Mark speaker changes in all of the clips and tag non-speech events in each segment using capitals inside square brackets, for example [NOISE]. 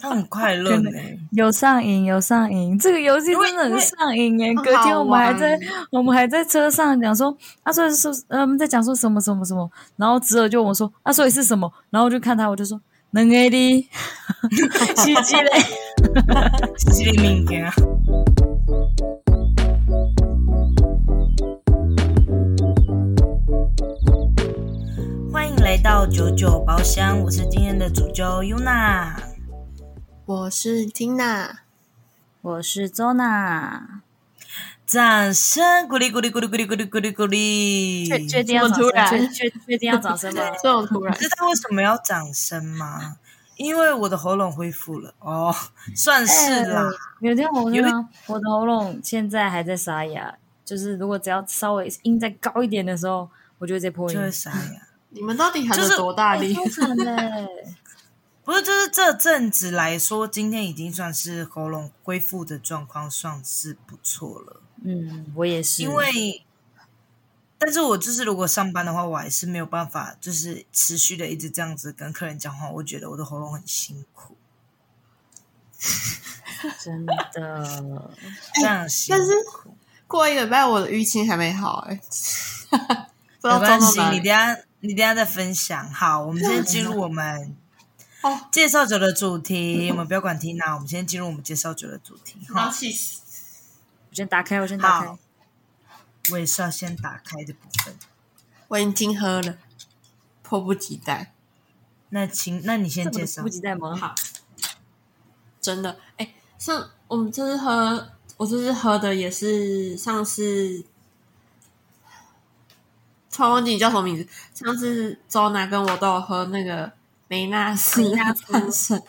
Speaker 1: 他很快乐呢、
Speaker 2: 有上瘾，有上瘾，这个游戏真的很上瘾耶！
Speaker 1: 因为
Speaker 2: 隔天我们还在
Speaker 1: 很
Speaker 2: 我们还在车上讲说，他、说是嗯在讲说什么什么什么，然后侄儿就问我说，他、啊、所以是什么？然后我就看他，我就说啊能 A [LAUGHS] D，奇迹嘞！
Speaker 1: 心里面惊。欢迎来到九九包厢，我是今天的主角 Yuna。
Speaker 3: 我是 Tina，
Speaker 2: 我是周娜，
Speaker 1: 掌声鼓励鼓励鼓励鼓励鼓励鼓励鼓励。
Speaker 2: [LAUGHS] 确确
Speaker 1: 你
Speaker 2: 定要掌声
Speaker 3: 这么突然
Speaker 2: 确确确定要掌声吗？
Speaker 3: 这种突然
Speaker 1: 知道为什么要掌声吗？因为我的喉咙恢复了哦，算是啦。
Speaker 2: 哎有听我的吗？我的喉咙现在还在沙哑，就是如果只要稍微音再高一点的时候，我就会直接破音
Speaker 1: 就。会沙哑。
Speaker 3: 你们到底喊
Speaker 1: 就
Speaker 3: 了
Speaker 1: 是哎
Speaker 3: 多大力？
Speaker 2: 哎超惨的，
Speaker 1: 不是，就是这阵子来说，今天已经算是喉咙恢复的状况，算是不错了。
Speaker 2: 嗯，我也是，
Speaker 1: 因为，但是我就是如果上班的话，我还是没有办法，就是持续的一直这样子跟客人讲话，我觉得我的喉咙很辛苦，
Speaker 2: 真的，哎
Speaker 1: 非常辛
Speaker 3: 但
Speaker 1: 苦。
Speaker 3: 是过一个礼拜我的淤青还没好哎、 [LAUGHS] 不知道
Speaker 1: 没
Speaker 3: 装
Speaker 1: 关
Speaker 3: 到
Speaker 1: 系
Speaker 3: 哪，
Speaker 1: 你等一
Speaker 3: 里
Speaker 1: 下你等一下再分享。好，我们先进入我们
Speaker 3: 哦，
Speaker 1: 介绍者的主
Speaker 2: 嗯
Speaker 1: 题，我们不要管 Tina，我们先进入我们介绍者的主题。
Speaker 3: 然后
Speaker 1: 哈，
Speaker 3: 气死！
Speaker 2: 我先打开，我先打开
Speaker 1: 好。，我也是要先打开这部分。
Speaker 3: 我已经喝了，迫不及待，
Speaker 1: 那请，那你先介
Speaker 2: 这
Speaker 1: 绍
Speaker 2: 么迫不。及待吗？
Speaker 3: 好，真的哎、上我们这次喝，我这次喝的也是上次。超忘记你叫什么名字。上次周娜跟我都有喝那个梅纳斯
Speaker 2: 梅纳斯
Speaker 3: 汉森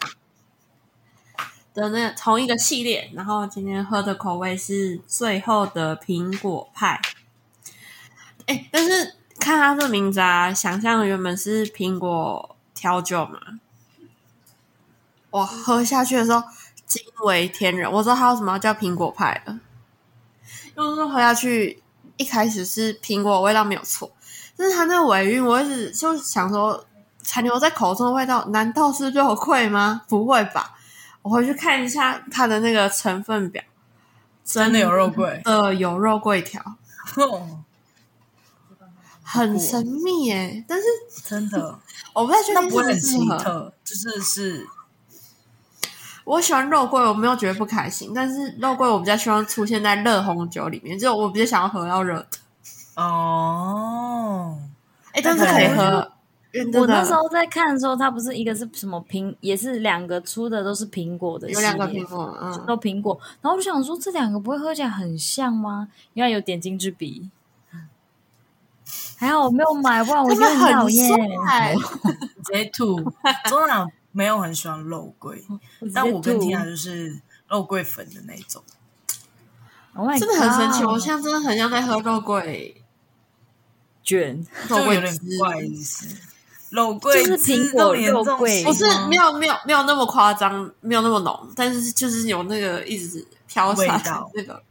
Speaker 3: 的那同一个系列，然后今天喝的口味是最后的苹果派。哎，但是看它这名字啊，想象原本是苹果调酒嘛，哇，喝下去的时候惊为天人。我知道它为什么要叫苹果派了，因为说喝下去一开始是苹果的味道没有错，但是它那个尾韵，我一直就想说，残留在口中的味道，难道是肉桂吗？不会吧？我回去看一下它的那个成分表，
Speaker 1: 真的有肉桂，
Speaker 3: 呃，有肉桂条，
Speaker 1: 哦
Speaker 3: 很神秘耶、但是
Speaker 1: 真的，
Speaker 3: 我不太确
Speaker 1: 那
Speaker 3: 定
Speaker 1: 不会很
Speaker 3: 是
Speaker 1: 奇
Speaker 3: 不是适合
Speaker 1: 特，就是是
Speaker 3: 我喜欢肉桂，我没有觉得不开心，但是肉桂我比较希望出现在热红酒里面，就我比较想要喝到热的。
Speaker 1: 哦，
Speaker 3: 哎、但是可以
Speaker 1: 那可
Speaker 3: 喝。认真
Speaker 2: 我那
Speaker 3: 的
Speaker 2: 时候在看的时候，它不是一个是什么苹，也是两个出的都是苹果的系
Speaker 3: 有
Speaker 2: 列，
Speaker 3: 两个苹果，嗯，
Speaker 2: 都苹果。然后我就想说，这两个不会喝起来很像吗？原来有点睛之笔。还好我没有买，不然我
Speaker 3: 他
Speaker 2: 就
Speaker 3: 们
Speaker 2: 很讨
Speaker 3: 很啊
Speaker 2: 厌。
Speaker 3: 帅，
Speaker 1: Oh 直接
Speaker 3: [LAUGHS]
Speaker 1: 吐。中岛没有很喜欢肉桂，
Speaker 2: 直接
Speaker 1: 但我跟
Speaker 2: 吐
Speaker 1: Tina 就是肉桂粉的那种。
Speaker 2: Oh my
Speaker 3: 真的很神奇。
Speaker 2: God
Speaker 3: 我现在真的很像在喝肉桂，
Speaker 2: 卷，
Speaker 1: 就
Speaker 3: 肉桂
Speaker 1: 有点
Speaker 3: 汁。
Speaker 1: 怪意思。肉桂
Speaker 2: 就是
Speaker 1: 汁
Speaker 2: 苹果
Speaker 1: 那么严重
Speaker 2: 肉桂
Speaker 3: 不是
Speaker 1: 吗
Speaker 3: 没有没有没有那么夸张，没有那么浓，但是就是有那个一直飘
Speaker 1: 味
Speaker 3: 洒
Speaker 1: 道
Speaker 3: 那个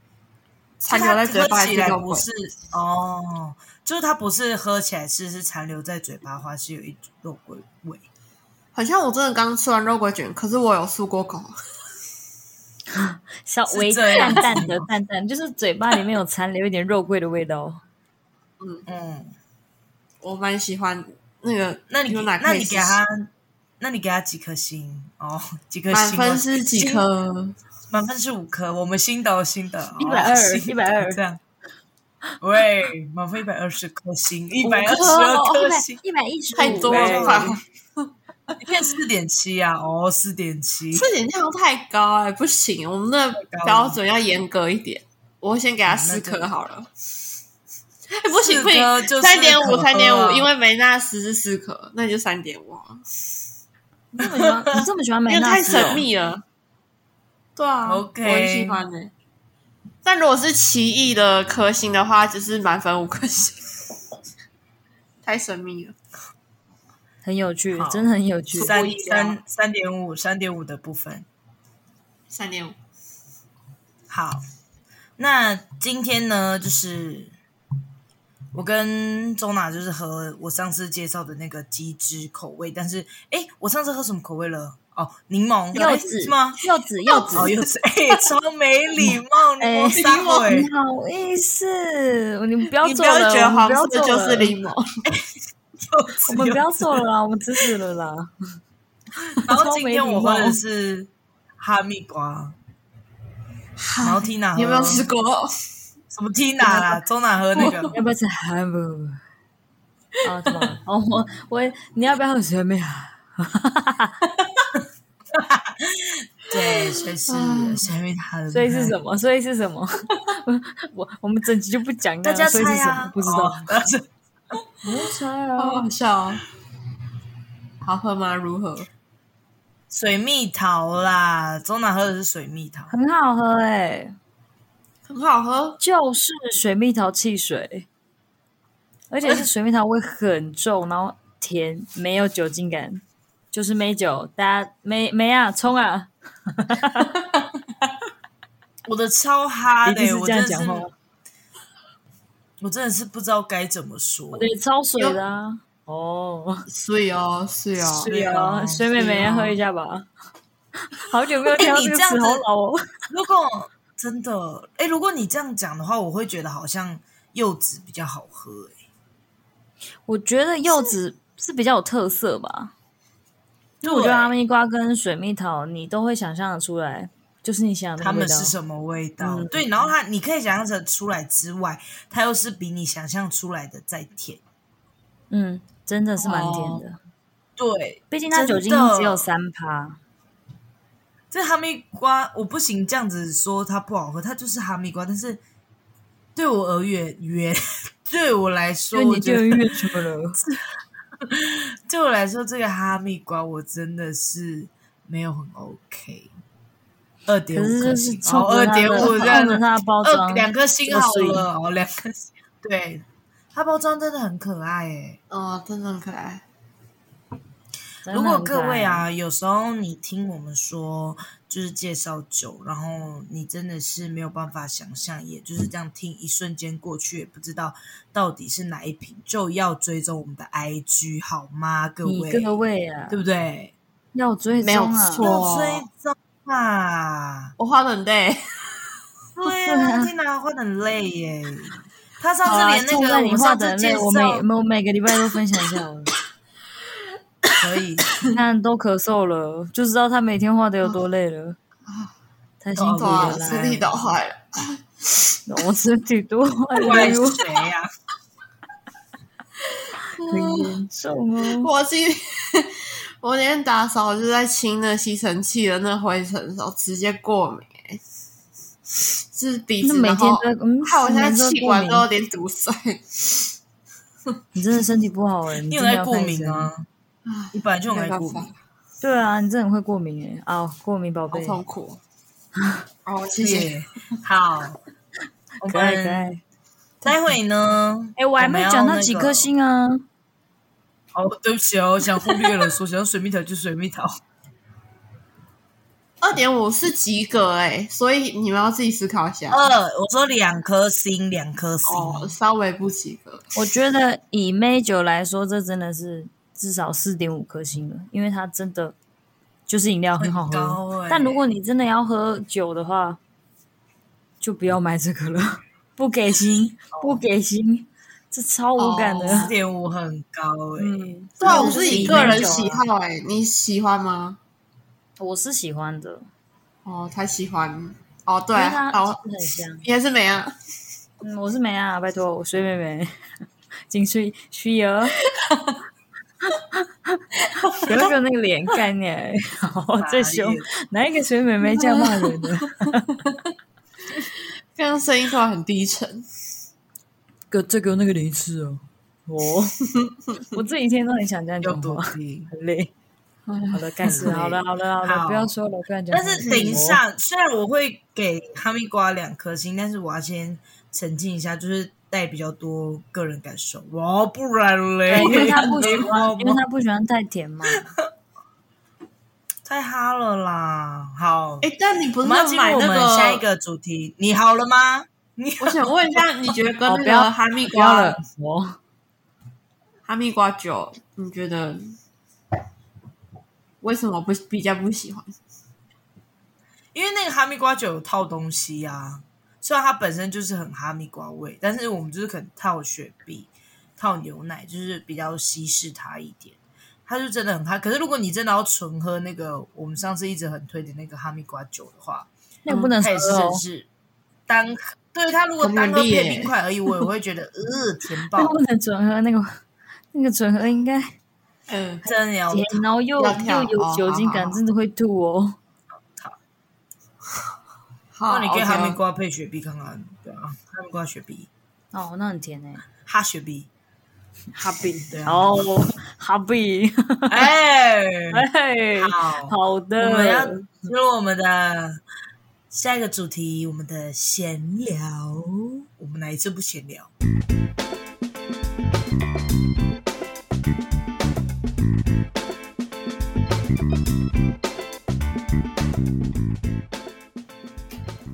Speaker 3: 残留在嘴巴
Speaker 1: 它喝
Speaker 3: 还是
Speaker 1: 起来
Speaker 3: 肉
Speaker 1: 不
Speaker 3: 桂，
Speaker 1: 是哦，就是它不是喝起来是是残留在嘴巴的话是有一种肉桂味，
Speaker 3: 很像我真的刚吃完肉桂卷，可是我有漱过口，
Speaker 2: 稍
Speaker 1: 是
Speaker 2: 微
Speaker 1: 这样
Speaker 2: 淡
Speaker 1: 子
Speaker 2: 淡的
Speaker 1: 吗
Speaker 2: 淡淡，就是嘴巴里面有残留一点肉桂的味道。
Speaker 1: 嗯，
Speaker 3: 我蛮喜欢那个。
Speaker 1: 那你
Speaker 3: 有
Speaker 1: 给
Speaker 3: 哪可以
Speaker 1: 那你
Speaker 3: 试
Speaker 1: 给
Speaker 3: 试
Speaker 1: 他，那你给他几颗星？哦，几颗
Speaker 3: 满
Speaker 1: 星？
Speaker 3: 分是几？颗？
Speaker 1: 满分是五颗。我们新的新的，
Speaker 2: 120
Speaker 1: 哦新的
Speaker 2: 120
Speaker 1: 这样。喂，满分一百二十颗星，一
Speaker 3: 五
Speaker 1: 百二十
Speaker 3: 颗
Speaker 1: 二
Speaker 3: 哦
Speaker 1: 颗
Speaker 2: 一
Speaker 1: 星
Speaker 2: 百，一百一十哎
Speaker 3: 太多了吧？
Speaker 1: 一片四点七啊，哦，四点七，
Speaker 3: 这点量太高哎、不行，我们的标准要严格一点。我先给他四颗好了。哎、不行不行，
Speaker 1: 四颗就是
Speaker 3: 三点五，
Speaker 1: 可
Speaker 3: 三点
Speaker 1: 乐
Speaker 3: 五，因为梅纳斯是四颗，那就三点五好了，
Speaker 2: 你这么喜欢，你这么喜欢
Speaker 3: 因
Speaker 2: 梅
Speaker 3: 为
Speaker 2: 纳
Speaker 3: 太
Speaker 2: 斯哦
Speaker 3: 神秘了。对啊
Speaker 1: OK
Speaker 3: 我很喜欢欸呢、但如果是奇异的颗星的话，就是满分五颗星，太神秘了。
Speaker 2: 很有趣
Speaker 1: 好，
Speaker 2: 真的很有趣。
Speaker 1: 三
Speaker 3: 不一样
Speaker 1: 三三点五，三点五的部分。
Speaker 3: 三点五，
Speaker 1: 好，那今天呢，就是我跟周娜就是喝我上次介绍的那个鸡汁口味，但是诶，我上次喝什么口味了？哦，柠檬
Speaker 4: 柚
Speaker 1: 哎
Speaker 4: 子
Speaker 1: 是吗？
Speaker 4: 柚子柚子
Speaker 1: 哦，柚子，哎，超
Speaker 2: [LAUGHS]
Speaker 1: 没礼貌，柠
Speaker 2: 哎
Speaker 1: 檬三
Speaker 2: 你
Speaker 1: 尾，
Speaker 2: 好意思，你们不要
Speaker 3: 你不
Speaker 2: 做
Speaker 3: 要
Speaker 2: 了，
Speaker 3: 觉得
Speaker 2: 我们
Speaker 3: 黄
Speaker 2: 不要
Speaker 3: 色
Speaker 2: 做
Speaker 3: 就
Speaker 2: 了
Speaker 3: 是柠檬，
Speaker 1: 柚子
Speaker 2: 我们不
Speaker 1: 柚
Speaker 2: 要做了啦，我们支持了啦。
Speaker 1: 子然后
Speaker 2: 超
Speaker 1: 今
Speaker 2: 没
Speaker 1: 天
Speaker 2: 礼
Speaker 1: 我喝
Speaker 2: 貌
Speaker 1: 的是哈密瓜，然后 Tina
Speaker 3: 你有没有
Speaker 1: 喝
Speaker 3: 吃过？
Speaker 1: 什么 Tina 啦？周娜喝那
Speaker 2: [LAUGHS]
Speaker 1: 个
Speaker 2: 要不要吃海不？啊，怎么了？哦，我我你要不要喝水没有？
Speaker 1: 对，所以是
Speaker 3: 嗯
Speaker 1: 水蜜桃的，
Speaker 2: 所以是什么？所以是什么？ [LAUGHS] 我我们整集就不讲了，
Speaker 1: 大家
Speaker 2: 所以是
Speaker 1: 猜
Speaker 2: 什么
Speaker 1: 啊？？
Speaker 2: 不知道，
Speaker 1: 哦，但是
Speaker 2: 不要猜
Speaker 3: 好
Speaker 2: 啊。
Speaker 3: 好笑哦！好喝吗？如何？
Speaker 1: 水蜜桃啦，周娜喝的是水蜜桃，
Speaker 2: 很好喝哎、
Speaker 3: 很好喝，
Speaker 2: 就是水蜜桃汽水，而且是水蜜桃味很重，然后甜，没有酒精感，就是美酒。大家没没啊，冲啊！
Speaker 1: 我的超哈
Speaker 2: 一
Speaker 1: 的
Speaker 2: 定
Speaker 1: 欸，
Speaker 2: 是
Speaker 1: 我
Speaker 2: 这
Speaker 1: 真
Speaker 2: 样
Speaker 1: 的
Speaker 2: 讲
Speaker 1: 是
Speaker 2: 话，
Speaker 1: 我真的是不知道该怎么说。
Speaker 2: 对，超水的啊。哦，
Speaker 3: 水哦，水哦，
Speaker 2: 水
Speaker 1: 啊
Speaker 2: 啊，水妹妹要喝一下吧。好久没有听到
Speaker 1: 哎你
Speaker 2: 这个
Speaker 1: 这样
Speaker 2: 词，
Speaker 1: 子
Speaker 2: 好老哦。
Speaker 1: 如果真的，哎、如果你这样讲的话，我会觉得好像柚子比较好喝、欸。
Speaker 2: 我觉得柚子是比较有特色吧，因为我觉得
Speaker 1: 对
Speaker 2: 哈密瓜跟水蜜桃，你都会想象得出来，就是你想的
Speaker 1: 它
Speaker 2: 那个味
Speaker 1: 们
Speaker 2: 道
Speaker 1: 是。什么味道？
Speaker 2: 嗯
Speaker 1: 对，然后它你可以想象成出来之外，它又是比你想象出来的再甜。
Speaker 2: 嗯，真的是蛮甜
Speaker 1: 哦
Speaker 2: 的。
Speaker 1: 对，
Speaker 2: 毕竟它酒精
Speaker 1: 真的
Speaker 2: 只有三趴，
Speaker 1: 这哈密瓜我不行这样子说它不好喝，它就是哈密瓜，但是对我而言，原 [LAUGHS] 对我来
Speaker 2: 所
Speaker 1: 说，
Speaker 2: 以
Speaker 1: 我
Speaker 2: 你
Speaker 1: 觉
Speaker 2: 就
Speaker 1: 得 [LAUGHS]
Speaker 2: 越什么了？
Speaker 1: 对我来说，这个哈密瓜我真的是没有很 OK。二点
Speaker 2: 可
Speaker 1: 五
Speaker 2: 是
Speaker 1: 颗
Speaker 2: 就是
Speaker 1: 星
Speaker 2: 冲
Speaker 1: 哦，二
Speaker 2: 着它
Speaker 1: 点
Speaker 2: 的，
Speaker 1: 五这样
Speaker 2: 冲
Speaker 1: 子
Speaker 2: 着，它的包
Speaker 1: 二
Speaker 2: 装，
Speaker 1: 两颗星好
Speaker 2: 这个
Speaker 1: 了哦，两颗星。 [LAUGHS] 对，它包装真的很可爱欸诶。
Speaker 3: 哦，真的很可爱。
Speaker 2: 真的
Speaker 1: 如果
Speaker 2: 很可
Speaker 1: 各
Speaker 2: 爱
Speaker 1: 位，啊，有时候你听我们说就是介绍酒，然后你真的是没有办法想象，也就是这样听，一瞬间过去，也不知道到底是哪一瓶，就要追踪我们的 IG 好吗？各
Speaker 2: 你
Speaker 1: 位，
Speaker 2: 各位啊
Speaker 1: 对，不对？
Speaker 2: 要追
Speaker 3: 没有
Speaker 2: 踪啊，
Speaker 3: 错
Speaker 1: 要追踪啊！
Speaker 3: 我花的很累，
Speaker 1: 对
Speaker 2: 对
Speaker 1: 啊，
Speaker 2: 啊
Speaker 1: 天哪，画的很累
Speaker 2: [LAUGHS]
Speaker 1: 耶。他上
Speaker 2: 好
Speaker 1: 次
Speaker 2: 啦
Speaker 1: 连那
Speaker 2: 冲
Speaker 1: 个
Speaker 2: 着你
Speaker 1: 们
Speaker 2: 画
Speaker 1: 上次
Speaker 2: 的
Speaker 1: 介
Speaker 2: 累，
Speaker 1: 绍
Speaker 2: 我每我每个礼拜都分享一下好了，
Speaker 1: 可以，
Speaker 2: 你看都咳嗽了，就知道他每天画的有多累了。
Speaker 1: 哦
Speaker 2: 太辛苦
Speaker 1: 哇
Speaker 2: 了
Speaker 3: 哇，
Speaker 2: 啦！
Speaker 3: 身体都坏了。
Speaker 2: 我身体
Speaker 1: [LAUGHS]
Speaker 2: 多
Speaker 1: [LAUGHS]
Speaker 2: 坏
Speaker 1: 不然
Speaker 2: 了，
Speaker 1: 谁啊呀、
Speaker 2: 很严重哦。
Speaker 3: 我今天 [LAUGHS] 我今天打扫就在清那吸尘器的那灰尘的时候，直接过敏、欸，是鼻
Speaker 2: 那
Speaker 3: 子，
Speaker 2: 每
Speaker 3: 然
Speaker 2: 天
Speaker 3: 后
Speaker 2: 都嗯，
Speaker 3: 害我现在
Speaker 2: 每天
Speaker 3: 气
Speaker 2: 过
Speaker 3: 管
Speaker 2: 敏
Speaker 3: 都有点堵 [LAUGHS] 塞。
Speaker 2: 你真的身体不好哎、
Speaker 1: [LAUGHS] 你
Speaker 2: 你
Speaker 1: 有
Speaker 2: 真的
Speaker 1: 在
Speaker 2: 要
Speaker 1: 过
Speaker 2: 看医
Speaker 1: 敏
Speaker 2: 生？
Speaker 1: 啊？你本来就有
Speaker 3: 没
Speaker 1: 在
Speaker 3: 办
Speaker 1: 过
Speaker 3: 法
Speaker 1: 敏，，
Speaker 2: 对啊，你真的很会过敏哎、啊、过敏宝
Speaker 3: 好
Speaker 2: 贝，
Speaker 3: 痛
Speaker 2: 可
Speaker 3: 苦。哦，谢谢。
Speaker 1: 对，好，我
Speaker 2: 爱可爱。
Speaker 1: 们
Speaker 2: 哎、
Speaker 1: 待会呢？
Speaker 2: 我还没
Speaker 1: 们要
Speaker 2: 讲到
Speaker 1: 那
Speaker 2: 几
Speaker 1: 个
Speaker 2: 颗。星啊！
Speaker 1: 哦，对不起哦，我想忽略了说，想要水蜜桃就水蜜桃。
Speaker 3: 二点五是及格哎、所以你们要自己思考一下。
Speaker 1: 二，我说两颗星，两颗星。
Speaker 3: 哦，稍微不及格。
Speaker 2: 我觉得以妹酒来说，这真的是至少四点五颗星了，因为它真的就是饮料很好
Speaker 1: 很高
Speaker 2: 喝。
Speaker 1: 欸
Speaker 2: 但如果你真的要喝酒的话，就不要买这个了， [LAUGHS] 不给星，
Speaker 1: 哦
Speaker 2: 不给星，这超无感的。
Speaker 1: 四点五很高哎、
Speaker 2: 嗯，
Speaker 3: 对啊，
Speaker 2: 真
Speaker 3: 我
Speaker 2: 的
Speaker 3: 自
Speaker 2: 是
Speaker 3: 己
Speaker 2: 以
Speaker 3: 个人
Speaker 2: 妹酒啊
Speaker 3: 喜好哎、你喜欢吗？
Speaker 2: 我是喜欢的，
Speaker 3: 哦，他喜欢。哦，对
Speaker 2: 因为
Speaker 3: 啊，
Speaker 2: 它
Speaker 3: 哦
Speaker 2: 真，的很香。
Speaker 3: 你还是没啊？
Speaker 2: 嗯，我是没啊，拜托，我水妹妹，仅需需 [LAUGHS] 要。有一个那个脸干你，好最凶，哪一个水妹妹这样骂人的？
Speaker 3: 刚刚声音突然很低沉。
Speaker 2: [LAUGHS] 给再给我那个零吃哦！我 [LAUGHS] 我这几天都很想这样
Speaker 1: 有
Speaker 2: 讲
Speaker 1: 多
Speaker 2: 话，
Speaker 1: 低？
Speaker 2: 很累。好了，该死了，好了，好了，好
Speaker 1: 好
Speaker 2: 了，不要说了，不然讲话
Speaker 1: 但
Speaker 2: 了。
Speaker 1: 是等一下，虽然我会给哈密瓜两颗星，但是我要先澄清一下，就是带比较多个人感受，哇，不然嘞
Speaker 2: 对，，因为他不喜
Speaker 1: [LAUGHS]
Speaker 2: 欢，因为
Speaker 1: 他
Speaker 2: 他不喜欢太甜嘛。
Speaker 1: 太哈了啦。好，
Speaker 3: 哎、但你不
Speaker 1: 我
Speaker 3: 是
Speaker 1: 们要
Speaker 3: 要
Speaker 1: 进
Speaker 3: 买
Speaker 1: 入我
Speaker 3: 那
Speaker 1: 们下一个主题，你好了吗？你
Speaker 3: 我想问一下，你觉得跟
Speaker 2: 哦
Speaker 3: 那
Speaker 2: 不要
Speaker 3: 个哈密
Speaker 2: 不要
Speaker 3: 瓜
Speaker 2: 了，哦我
Speaker 3: 哈密瓜酒，你觉得为什么不比较不喜欢？
Speaker 1: 因为那个哈密瓜酒有套东西啊，虽然它本身就是很哈密瓜味，但是我们就是可能套雪碧、套牛奶，就是比较稀释它一点。它就真的很哈。可是如果你真的要纯喝那个我们上次一直很推的那个哈密瓜酒的话，
Speaker 2: 那个不能
Speaker 1: 它
Speaker 2: 喝
Speaker 1: 也是
Speaker 2: 哦
Speaker 1: 真，是单喝。对它如果
Speaker 3: 很
Speaker 1: 单喝
Speaker 3: 努力耶
Speaker 1: 配冰块而已，我也会觉得呃甜
Speaker 2: 那
Speaker 1: 爆
Speaker 2: 个， [LAUGHS] 不能准喝，那个那个准喝应该
Speaker 3: 嗯，
Speaker 1: 真的要
Speaker 2: 甜，然后又
Speaker 3: 要跳
Speaker 2: 又有
Speaker 3: 哦
Speaker 2: 酒精
Speaker 3: 好好
Speaker 2: 感，
Speaker 3: 好
Speaker 2: 真的会吐哦。
Speaker 3: 好，
Speaker 1: 那你可以
Speaker 3: OK 哦
Speaker 1: 哈密瓜配雪碧看看，对啊，哈密瓜雪碧，
Speaker 2: 哦，那很甜哎、
Speaker 1: 哈雪碧，哈碧，对啊，
Speaker 2: 哦，哈比， [LAUGHS]
Speaker 1: 哎，
Speaker 2: 哎，
Speaker 1: 好。
Speaker 2: 好的，
Speaker 1: 我们要
Speaker 2: 嗯
Speaker 1: 进入我们的下一个主题，我们的闲聊。我们哪一次不闲聊？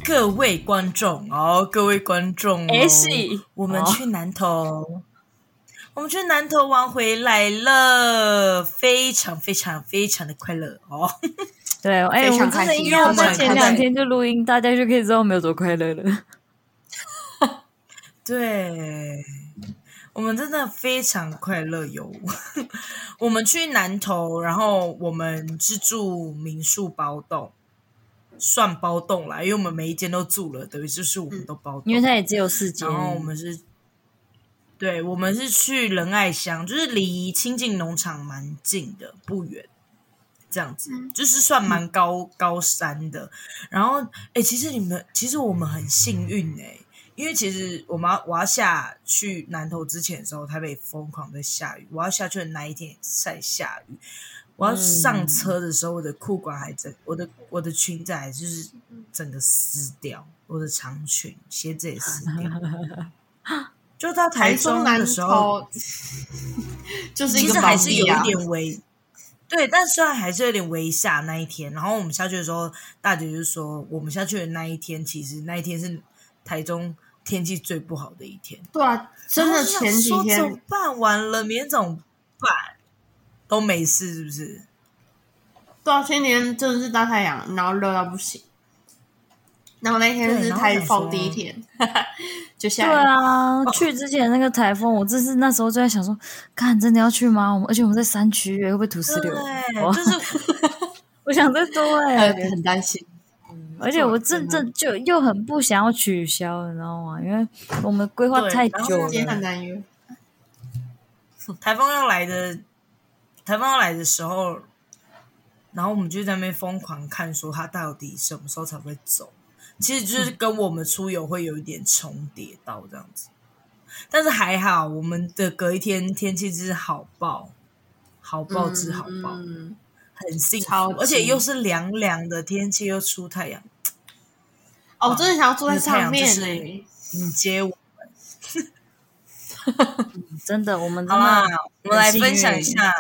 Speaker 1: 各位观众哦，各位观众、哦，
Speaker 2: 哎是
Speaker 1: 我们
Speaker 2: 哦
Speaker 1: 去南投。我们去南投玩回来了，非常非常非常的快乐哦！
Speaker 2: 对，哎、
Speaker 3: 非
Speaker 2: 我
Speaker 3: 常
Speaker 2: 们真
Speaker 3: 开
Speaker 2: 的
Speaker 3: 心
Speaker 2: 应该要
Speaker 1: 我们
Speaker 2: 在
Speaker 1: 很
Speaker 2: 前
Speaker 1: 开
Speaker 2: 两
Speaker 1: 心
Speaker 2: 天就录音，大家就可以知道我们有多快乐了。
Speaker 1: 对，我们真的非常快乐游。 [LAUGHS] 我们去南投，然后我们是住民宿包栋，算包栋啦，因为我们每一间都住了，等于就是我们都包栋。
Speaker 2: [LAUGHS] 嗯因为它也只有四间，
Speaker 1: 然后我们是，对，我们是去仁爱乡，就是离清境农场蛮近的，不远，这样子，就是算蛮高、高山的。然后，哎、其实你们，其实我们很幸运哎、因为其实我们要我要下去南投之前的时候，台北疯狂在下雨，我要下去的那一天也在下雨。我要上车的时候，我的裤管还整，我的我的裙子还就是整个撕掉，我的长裙、鞋子也撕 [LAUGHS] 掉。就到台中
Speaker 3: 南
Speaker 1: 的时候，
Speaker 3: 投 [LAUGHS] 就是一
Speaker 1: 其
Speaker 3: 个
Speaker 1: 实还是有
Speaker 3: 宝
Speaker 1: 一
Speaker 3: 地啊
Speaker 1: 点微，对，但虽然还是有点微下那一天。然后我们下去的时候，大姐就说，我们下去的那一天，其实那一天是台中天气最不好的一天。
Speaker 3: 对啊，真的
Speaker 1: 然后就想
Speaker 3: 前几
Speaker 1: 说怎么
Speaker 3: 天
Speaker 1: 办？完了，明天怎么办？都没事，是不是？
Speaker 3: 对啊，前几天真的是大太阳，然后热到不行。然后那天
Speaker 1: 对
Speaker 3: 是
Speaker 1: 然后
Speaker 3: 台
Speaker 1: 想
Speaker 3: 风
Speaker 1: 说
Speaker 3: 第一天， [LAUGHS]
Speaker 2: 对
Speaker 3: 就下雨。
Speaker 2: 啊，去之前那个台风，我这是那时候就在想说，看真的要去吗？我们而且我们在山区耶，会不会土石流？
Speaker 1: 对，
Speaker 2: 我
Speaker 1: 就是
Speaker 2: 我想再多
Speaker 1: 啊
Speaker 2: 哎、
Speaker 3: 呃很很担心，
Speaker 2: 而且我
Speaker 3: 真
Speaker 2: 真正
Speaker 3: 的
Speaker 2: 就又很不想要取消，你知道吗？因为我们规划
Speaker 1: 对
Speaker 2: 太
Speaker 1: 然后
Speaker 2: 久了
Speaker 1: 今，
Speaker 3: 今天很难约。
Speaker 1: 台风要来的，台风要来的时候，然后我们就在那边疯狂看，说它到底什么时候才会走。其实就是跟我们出游会有一点重叠到这样子，但是还好，我们的隔一天天气之好爆，好爆之好爆，
Speaker 3: 嗯，
Speaker 1: 很幸福
Speaker 3: 超，级
Speaker 1: 而且又是凉凉的天气，又出太阳，
Speaker 3: 哦，我真的想要坐在
Speaker 1: 那太
Speaker 3: 上
Speaker 1: 阳就
Speaker 3: 面欸
Speaker 1: 是
Speaker 3: 呢。
Speaker 1: 迎接我。
Speaker 2: 真的，我们真
Speaker 1: 好啦
Speaker 2: 的，，
Speaker 1: 我们来
Speaker 2: 很幸运
Speaker 1: 分享一下。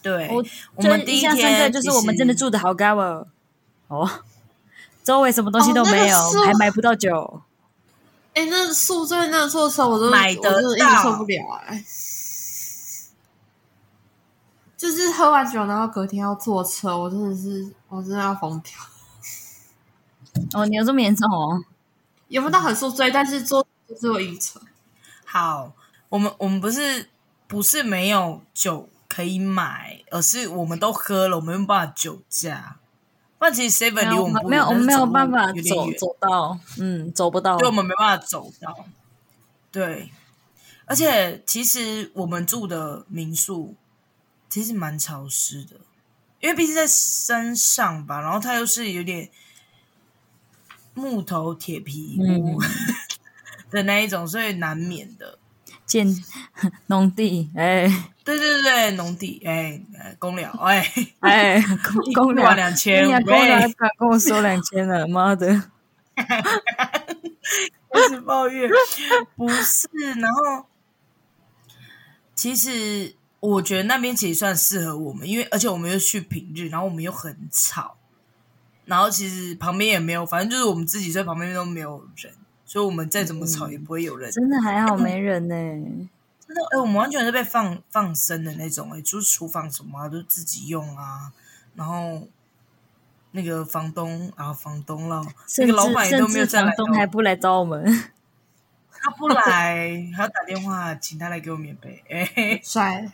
Speaker 1: 对，
Speaker 2: 我
Speaker 1: 我
Speaker 2: 最
Speaker 1: 们第
Speaker 2: 印
Speaker 1: 一
Speaker 2: 象深刻
Speaker 1: 天
Speaker 2: 就是
Speaker 1: 其
Speaker 2: 我们真的
Speaker 1: 实
Speaker 2: 住的好高哦，哦，周围什么东西
Speaker 3: 哦
Speaker 2: 都
Speaker 3: 那个
Speaker 2: 没有，
Speaker 3: 树
Speaker 2: 还买不到酒。
Speaker 3: 哎，那宿醉那个坐车，我都
Speaker 1: 买得
Speaker 3: 我真的一直
Speaker 1: 到
Speaker 3: 受不了哎。就是喝完酒，然后隔天要坐车，我真的是，我真的要疯掉。
Speaker 2: 哦，你有这么严重哦？
Speaker 3: 也不到很宿醉，但是坐就是我晕车。
Speaker 1: 好，我们我们不是不是没有酒可以买，而是我们都喝了，我们没有办法酒驾。不然其实 seven
Speaker 2: 没
Speaker 1: 离
Speaker 2: 有，我
Speaker 1: 我们
Speaker 2: 们
Speaker 1: 不
Speaker 2: 没有，
Speaker 1: 远
Speaker 2: 我们没
Speaker 1: 但是走
Speaker 2: 有
Speaker 1: 路
Speaker 2: 办法
Speaker 1: 有点
Speaker 2: 走
Speaker 1: 远，
Speaker 2: 走到，嗯，走不到。
Speaker 1: 对，我们没办法走到。对，而且其实我们住的民宿其实蛮潮湿的，因为毕竟在山上吧，然后它又是有点木头铁皮屋、
Speaker 2: 嗯
Speaker 1: [LAUGHS] 的那一种，所以难免的。
Speaker 2: 建农地，哎、
Speaker 1: 对对对，农地哎，呃公了哎， [LAUGHS]
Speaker 2: 哎，公 [LAUGHS] 公
Speaker 1: 一万
Speaker 2: 粮
Speaker 1: 两千哎
Speaker 2: 你俩公
Speaker 1: 喂
Speaker 2: 粮敢跟我收两千了，妈
Speaker 1: [LAUGHS]
Speaker 2: 的！
Speaker 1: 开 [LAUGHS] 始抱怨，不是。然后，其实我觉得那边其实算适合我们，因为而且我们又去平日，然后我们又很吵，然后其实旁边也没有，反正就是我们自己在
Speaker 2: 嗯
Speaker 1: 旁边都没有人，所以我们再怎么吵也不会有人。
Speaker 2: 真的还好没人呢、
Speaker 1: 真的，哎、我们完全是被放放生的那种、哎，就是厨房什么、啊、都自己用啊，然后那个房东啊，房东了，那
Speaker 2: 甚
Speaker 1: 个
Speaker 2: 至
Speaker 1: 老板也
Speaker 2: 甚
Speaker 1: 都没有
Speaker 2: 至
Speaker 1: 再来
Speaker 2: 房
Speaker 1: 哦，
Speaker 2: 东还不来找我们，
Speaker 1: [LAUGHS] 他啊不
Speaker 3: [LAUGHS]
Speaker 1: 来，还要打电话请他来给我免费，哎、 [LAUGHS] 嘿嘿
Speaker 3: 帅，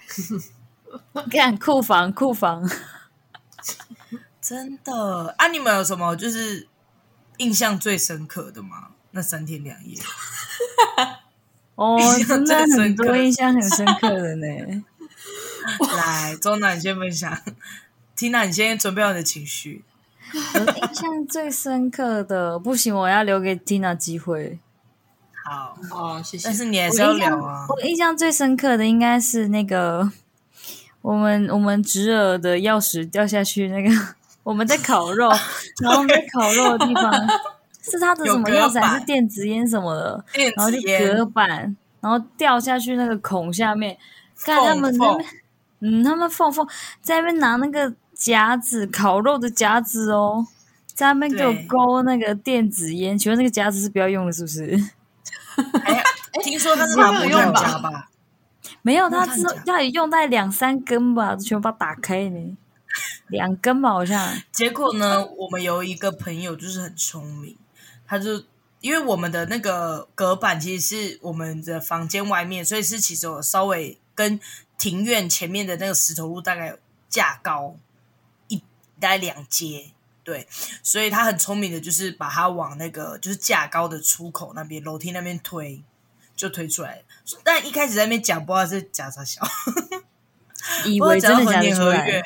Speaker 2: 看库房
Speaker 1: [LAUGHS]
Speaker 2: 库房，
Speaker 1: 真的啊，你们有什么就是印象最深刻的吗？那三天两夜，
Speaker 2: 哦，真的
Speaker 1: 最深
Speaker 2: 很
Speaker 1: 刻 [LAUGHS]
Speaker 2: 多印象很深刻的呢。
Speaker 1: 来，周娜你先分享，缇娜你先准备好你的情绪，
Speaker 2: 我印象最深刻的，不行，我要留给 Tina 机会。
Speaker 1: 好，
Speaker 3: 哦，谢谢
Speaker 1: 但。是你还
Speaker 2: 我
Speaker 1: 是要
Speaker 2: 印象
Speaker 1: 聊啊，
Speaker 2: 我印象最深刻的应该是那个我们我们侄儿的钥匙掉下去，那个我们在烤肉，然后我们在烤肉的地
Speaker 1: [LAUGHS]
Speaker 2: 方是他的什么
Speaker 1: 有隔
Speaker 2: 钥匙还
Speaker 1: 板
Speaker 2: 是电子烟什么的，
Speaker 1: 电
Speaker 2: 然后
Speaker 1: 子
Speaker 2: 就
Speaker 1: 烟
Speaker 2: 隔板，然后掉下去那个孔下面，看
Speaker 1: 缝
Speaker 2: 他们在那
Speaker 1: 缝
Speaker 2: 边，嗯，他们缝缝在那边拿那个夹子烤肉的夹子哦，在那边给我
Speaker 1: 对
Speaker 2: 勾那个电子烟，请问那个夹子是不要用了是不是？
Speaker 3: [LAUGHS]
Speaker 1: 哎，听说他是
Speaker 3: 这个
Speaker 1: 拿木
Speaker 3: 有
Speaker 1: 炭
Speaker 3: 用吧
Speaker 1: 夹吧？
Speaker 2: 没
Speaker 1: 木
Speaker 2: 有，他
Speaker 1: 炭
Speaker 2: 之后
Speaker 1: 夹
Speaker 2: 他也用在两三根吧，全部把它打开呢，两根吧好像。
Speaker 1: 结果呢，我们有一个朋友就是很聪明，他就因为我们的那个隔板其实是我们的房间外面，所以是其实有稍微跟庭院前面的那个石头路大概有架高一大概两阶。对，所以他很聪明的，就是把它往那个就是架高的出口那边楼梯那边推，就推出来了。但一开始在那边讲，不知道是假啥小，
Speaker 2: 以
Speaker 1: 不知道
Speaker 2: 为
Speaker 1: 讲
Speaker 2: 真的
Speaker 1: 合
Speaker 2: 假的
Speaker 1: 年
Speaker 2: 出
Speaker 1: 合
Speaker 2: 来
Speaker 1: 月，，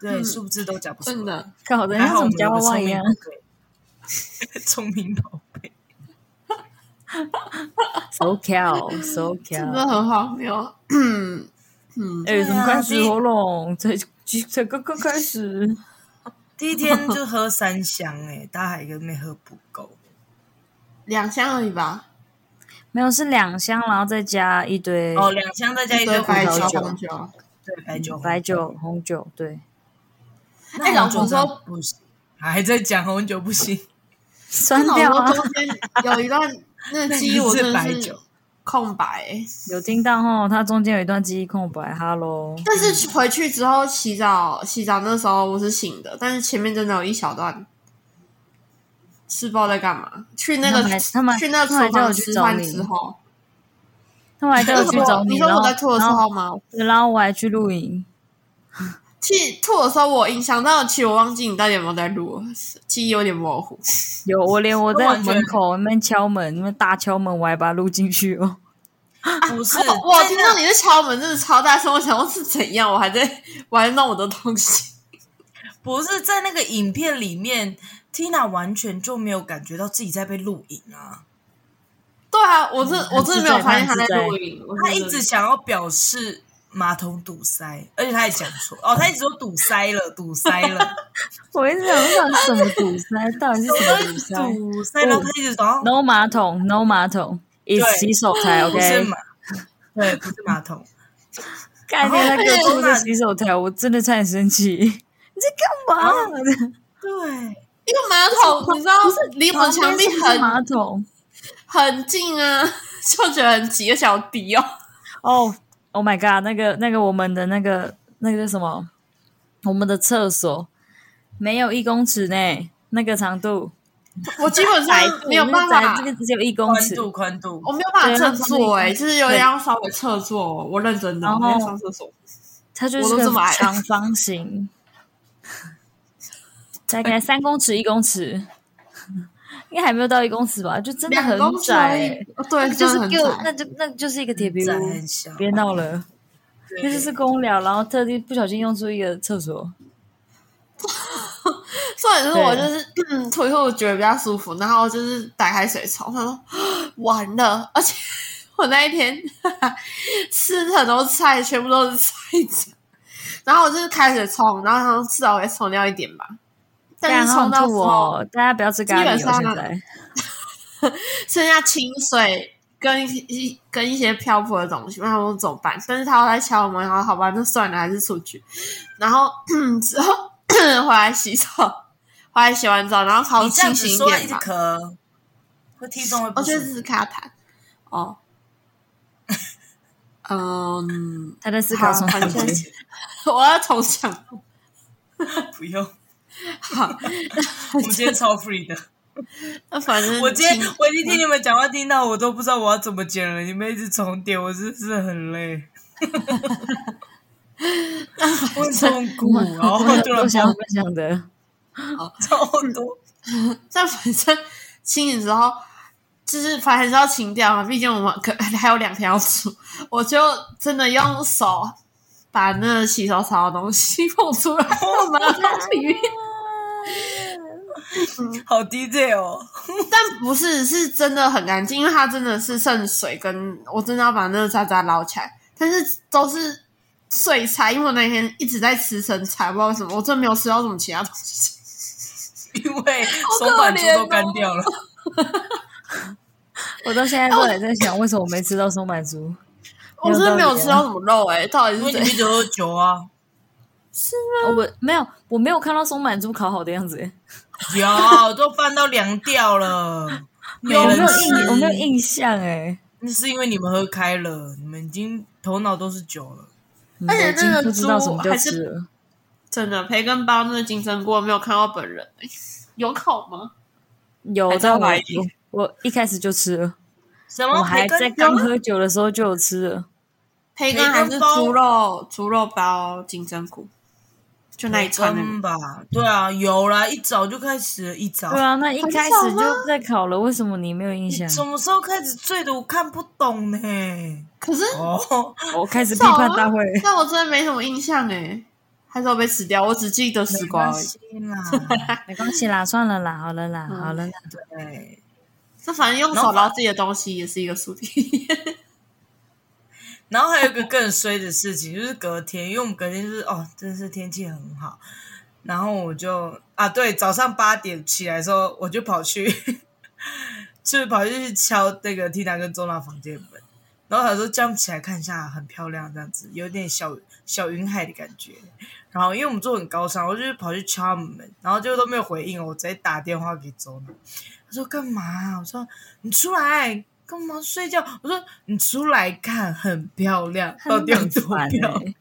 Speaker 1: 对，
Speaker 3: 嗯
Speaker 1: 殊不知都讲不出来
Speaker 3: 真。的，
Speaker 2: 搞得
Speaker 1: 还
Speaker 2: 像
Speaker 1: 好
Speaker 2: 什
Speaker 1: 我
Speaker 2: 么
Speaker 1: 们
Speaker 2: 夹
Speaker 1: 有
Speaker 2: 娃
Speaker 1: 个
Speaker 2: 娃
Speaker 1: 聪
Speaker 2: 一
Speaker 1: 明
Speaker 2: 样。
Speaker 1: 宝贝， [LAUGHS] 聪明哦
Speaker 2: [LAUGHS]
Speaker 1: 宝贝，
Speaker 2: So cow, so
Speaker 3: 真
Speaker 2: cow。
Speaker 3: 的很好妙。嗯嗯，
Speaker 2: 哎，怎么
Speaker 1: 对啊
Speaker 2: 开始
Speaker 1: 第一
Speaker 2: 喉咙？才才刚刚开始。
Speaker 1: 第一天就喝三箱哎、大海哥没喝不够，
Speaker 3: [CLEARS THROAT] 两箱而已吧，
Speaker 2: 没有，是两箱，然后再加一堆
Speaker 1: 哦，两箱再加一堆
Speaker 3: 对
Speaker 1: 红
Speaker 3: 白
Speaker 1: 酒
Speaker 3: 酒、
Speaker 2: 酒嗯
Speaker 3: 红酒。
Speaker 1: 对白酒，
Speaker 2: 白酒、红酒，对，
Speaker 1: 那
Speaker 3: 哎老
Speaker 1: 红酒
Speaker 3: 婆
Speaker 1: 真的
Speaker 3: 说
Speaker 1: 不行， [LAUGHS] 还在讲红酒不行，
Speaker 2: 酸
Speaker 3: 老
Speaker 2: 掉啊
Speaker 3: 婆！中间有一段 [LAUGHS] 那
Speaker 2: [LAUGHS]
Speaker 3: 个记忆，我真
Speaker 1: 是
Speaker 3: 的
Speaker 1: 白
Speaker 3: 是
Speaker 1: 酒，
Speaker 3: 空白欸。
Speaker 2: 有听到吼，它中间有一段记忆空白。Hello，
Speaker 3: [LAUGHS] 但是回去之后洗澡，洗澡那时候我是醒的，但是前面真的有一小段是不知道在干嘛。去那
Speaker 2: 他
Speaker 3: 个
Speaker 2: 们还他们
Speaker 3: 去那个
Speaker 2: 他们还
Speaker 3: 厨
Speaker 2: 叫
Speaker 3: 房
Speaker 2: 我去
Speaker 3: 吃
Speaker 2: 找
Speaker 3: 饭
Speaker 2: 你
Speaker 3: 之后，
Speaker 2: 他们还叫我去找
Speaker 3: 你
Speaker 2: 你，
Speaker 3: 说
Speaker 2: 然
Speaker 3: 我
Speaker 2: 后
Speaker 3: 在吐的时
Speaker 2: 然后
Speaker 3: 候吗？
Speaker 2: 对然后我还去露营，
Speaker 3: 去吐的时候我有印象，但我其实我忘记你到底有没有在录，记忆有点模糊。
Speaker 2: 有我连我
Speaker 1: 那
Speaker 2: 在
Speaker 1: 完全
Speaker 2: 门口那边敲门，那边大敲门，我还把它录进去哦。 [LAUGHS]
Speaker 1: 不是，
Speaker 3: 啊 [LAUGHS] 我
Speaker 1: 在
Speaker 3: 听
Speaker 1: 那
Speaker 3: 到你在敲门，真的超大声，我想说是怎样，我还在 [LAUGHS] 我还在弄我的东西。 [LAUGHS]
Speaker 1: 不是在那个影片里面，Tina 完全就没有感觉到自己在被录影啊，
Speaker 3: 对啊，我真我真的没有发现他
Speaker 2: 很自在很
Speaker 3: 在
Speaker 2: 自在
Speaker 3: 录影，我
Speaker 1: 她
Speaker 3: 真
Speaker 1: 一
Speaker 3: 的
Speaker 1: 直想要表示马桶堵塞，而且她也讲错，哦，她一直说堵塞了，堵塞
Speaker 3: [LAUGHS]
Speaker 1: 了。
Speaker 2: 我一直想想什么堵塞，到底是什么堵塞
Speaker 3: [LAUGHS]
Speaker 1: 堵塞，然后他一直
Speaker 3: 哦
Speaker 1: 然后
Speaker 2: ？No 马桶，No 马桶，is
Speaker 1: 对
Speaker 2: 洗手台
Speaker 1: 不是
Speaker 2: ，OK？
Speaker 1: 马，对，不是马桶。
Speaker 2: 概念他
Speaker 3: [LAUGHS]
Speaker 2: 给我吐
Speaker 1: 然
Speaker 2: 在
Speaker 1: 后
Speaker 2: 洗手台，我真的差点生气。 [LAUGHS] 你在干
Speaker 3: 啊
Speaker 2: 嘛？
Speaker 1: 对，
Speaker 3: 一个马桶，你知道离我们墙
Speaker 2: 旁
Speaker 3: 壁
Speaker 2: 边是不是
Speaker 3: 很
Speaker 2: 马桶。
Speaker 3: 很近啊，就觉得很挤，而且我鼻哦，
Speaker 2: 哦，Oh my god，那个那个我们的那个那个叫什么，我们的厕所没有一公尺呢，那个长度，
Speaker 3: 我基本
Speaker 2: 窄
Speaker 3: 上
Speaker 2: 度
Speaker 3: 没有
Speaker 2: 那
Speaker 3: 办
Speaker 2: 窄
Speaker 3: 法
Speaker 2: 这，个只有一公
Speaker 1: 宽
Speaker 2: 尺。
Speaker 1: 度宽度，
Speaker 3: 我没有办法侧坐
Speaker 2: 对
Speaker 3: 哎，就是有点要稍微侧坐，我认真的，
Speaker 2: 然
Speaker 3: 我
Speaker 2: 后
Speaker 3: 没有上厕所，
Speaker 2: 它就
Speaker 3: 我
Speaker 2: 是
Speaker 3: 都
Speaker 2: 个
Speaker 3: 这么矮
Speaker 2: 长方形，
Speaker 3: [LAUGHS]
Speaker 2: 大概三公尺一公尺，应该还没有到一公尺吧？就真的
Speaker 3: 两
Speaker 2: 很
Speaker 3: 公尺而
Speaker 2: 窄、
Speaker 3: 已
Speaker 2: 欸，
Speaker 3: 哦对，
Speaker 2: 那就
Speaker 3: 真
Speaker 2: 是
Speaker 3: 的很
Speaker 2: 给我，
Speaker 3: 窄。
Speaker 2: 那就那就是一个铁皮
Speaker 1: 窄
Speaker 2: 屋
Speaker 1: 很。小，
Speaker 2: 别闹了，
Speaker 1: 对
Speaker 2: 那就是公聊，然后特地不小心用出一个厕所。
Speaker 3: 重点就是我
Speaker 2: 对
Speaker 3: 就是嗯，吐以后我觉得比较舒服，然后就是打开水槽，他说 [GASPS] 完了，而且 [LAUGHS] 我那一天 [LAUGHS] 哈哈吃很多菜，全部都是菜渣，然后我就是开水冲，然后想说至少也冲掉一点吧，但
Speaker 2: 干
Speaker 3: 是
Speaker 2: 好想
Speaker 3: 冲到时
Speaker 1: 啊
Speaker 2: 吐
Speaker 3: 候、
Speaker 2: 哦，大家不要吃咖
Speaker 3: 基
Speaker 2: 喱
Speaker 3: 本
Speaker 2: 哦，
Speaker 3: 上
Speaker 2: 现在
Speaker 3: 剩下清水。跟一一跟一些漂泊的东西，然后我怎么办？但是他又在敲门，然后好吧，那算了，还是出去。然后 [COUGHS] 之后回来洗手，回来洗完澡，然后好
Speaker 1: 你这样
Speaker 3: 清
Speaker 1: 子
Speaker 3: 醒一
Speaker 1: 说一
Speaker 3: 点哦
Speaker 1: 直
Speaker 3: 吧。
Speaker 1: 咳，会听众会
Speaker 3: 我
Speaker 1: 不
Speaker 3: 觉
Speaker 1: 舒
Speaker 3: 得
Speaker 1: 服
Speaker 3: 只是卡痰。哦，
Speaker 2: [LAUGHS]
Speaker 3: 嗯，
Speaker 2: 他在思考什么
Speaker 3: 好
Speaker 2: 问
Speaker 3: 反正
Speaker 1: [LAUGHS]
Speaker 2: 题？
Speaker 3: 我要重想。
Speaker 1: 不用，
Speaker 3: 好，
Speaker 1: 我们今天超 free 的。
Speaker 3: [LAUGHS] 那反正
Speaker 1: 我今天我
Speaker 2: 嗯
Speaker 1: 已经听你们讲话听到我都不知道我要怎么剪了，你们一直重点，我真是很累。
Speaker 2: [LAUGHS]
Speaker 1: 我很痛苦，然后突然
Speaker 2: 都
Speaker 1: 想
Speaker 2: 想分享
Speaker 3: [LAUGHS]
Speaker 2: 的，
Speaker 1: 超多，
Speaker 3: 但反正清理之后，就是反正还是要清掉嘛，毕竟我们可 [LAUGHS] 还有两天要煮，我就真的用手把那洗手槽的东西 [LAUGHS] 碰出来，我们里面，
Speaker 2: 嗯
Speaker 1: 好 detail 哦。
Speaker 3: 但不是是真的很干净，因为它真的是渗水跟，我真的要把那个渣渣捞起来，但是都是碎菜，因为我那天一直在吃生菜，不知道为什么，我真的没有吃到什么其他东西。
Speaker 1: 因为手板猪都
Speaker 2: 哦
Speaker 1: 干掉
Speaker 2: [LAUGHS]
Speaker 1: 了，
Speaker 2: 我到现在都还在想，为什么我没吃到松板猪？
Speaker 3: 我真的没有吃到什么肉哎、到底
Speaker 1: 因
Speaker 3: 是
Speaker 1: 为你
Speaker 3: 怎
Speaker 1: 们
Speaker 3: 样？
Speaker 1: 一直喝酒 [LAUGHS] 啊。
Speaker 2: 哦我没有，我没有看到松板猪烤好的样子。欸
Speaker 1: 有，都翻到凉掉了，没
Speaker 2: 有，我没
Speaker 1: 人
Speaker 2: 有
Speaker 1: 吃
Speaker 2: 印，我没有印象哎。
Speaker 1: 那是因为你们喝开了，你们已经头脑都是酒了。
Speaker 2: 嗯
Speaker 3: 而且
Speaker 2: 我已经
Speaker 3: 那个
Speaker 2: 不知道
Speaker 3: 猪
Speaker 2: 什么叫
Speaker 3: 还是
Speaker 2: 吃了。
Speaker 3: 真的，培根包那个金针菇我没有看到本人、欸，有烤吗？
Speaker 2: 有
Speaker 3: 还，在
Speaker 2: 但我
Speaker 3: 怀疑哦
Speaker 2: 我我一开始就吃了，
Speaker 1: 什
Speaker 2: 我
Speaker 1: 么
Speaker 2: 还
Speaker 1: 培
Speaker 2: 在
Speaker 1: 根
Speaker 2: 刚
Speaker 1: 汤？
Speaker 2: 喝酒的时候就有吃了。
Speaker 3: 培
Speaker 1: 根
Speaker 3: 根还是
Speaker 1: 包
Speaker 3: 猪肉猪肉包金针菇，就那一串那
Speaker 1: 根
Speaker 3: 个。
Speaker 1: 吧？对啊，有啦，一早就开始了，一早。
Speaker 3: 哦
Speaker 2: 对啊，那一
Speaker 3: 很
Speaker 2: 开
Speaker 3: 少
Speaker 2: 始就在烤了，为什么你没有印
Speaker 1: 你
Speaker 2: 象？
Speaker 1: 什么时候开始醉的？我看不懂呢、
Speaker 3: 可是
Speaker 1: 哦，
Speaker 2: 我开始批
Speaker 3: 少啊
Speaker 2: 判大会。
Speaker 3: 但我真的没什么印象哎、还是我被吃掉，我只记得丝
Speaker 1: 没
Speaker 3: 瓜
Speaker 1: 关
Speaker 3: 而已。
Speaker 1: 系啦，
Speaker 2: [LAUGHS] 没关系啦，算了啦，好了啦，
Speaker 3: 嗯
Speaker 2: 好了啦。
Speaker 1: 对，
Speaker 3: 这反正用
Speaker 1: 然后
Speaker 3: 手捞自己的东西也是一个宿 [LAUGHS] 敌。
Speaker 1: 然后还有一个更衰的事情，就是隔天，因为我们隔天就是哦，真是天气很好，然后我就啊，对，早上八点起来的时候，我就跑去， [LAUGHS] 就是跑去敲那个 Tina 跟周娜房间门，然后他说这样起来看一下很漂亮，这样子有点小小云海的感觉。然后因为我们住很高尚，我就是跑去敲他们门，然后结果都没有回应，我直接打电话给周娜，他说干嘛？我说你出来。干嘛睡觉？我说你出来看，很漂亮，到底有多漂
Speaker 2: 很
Speaker 1: 亮？ [LAUGHS]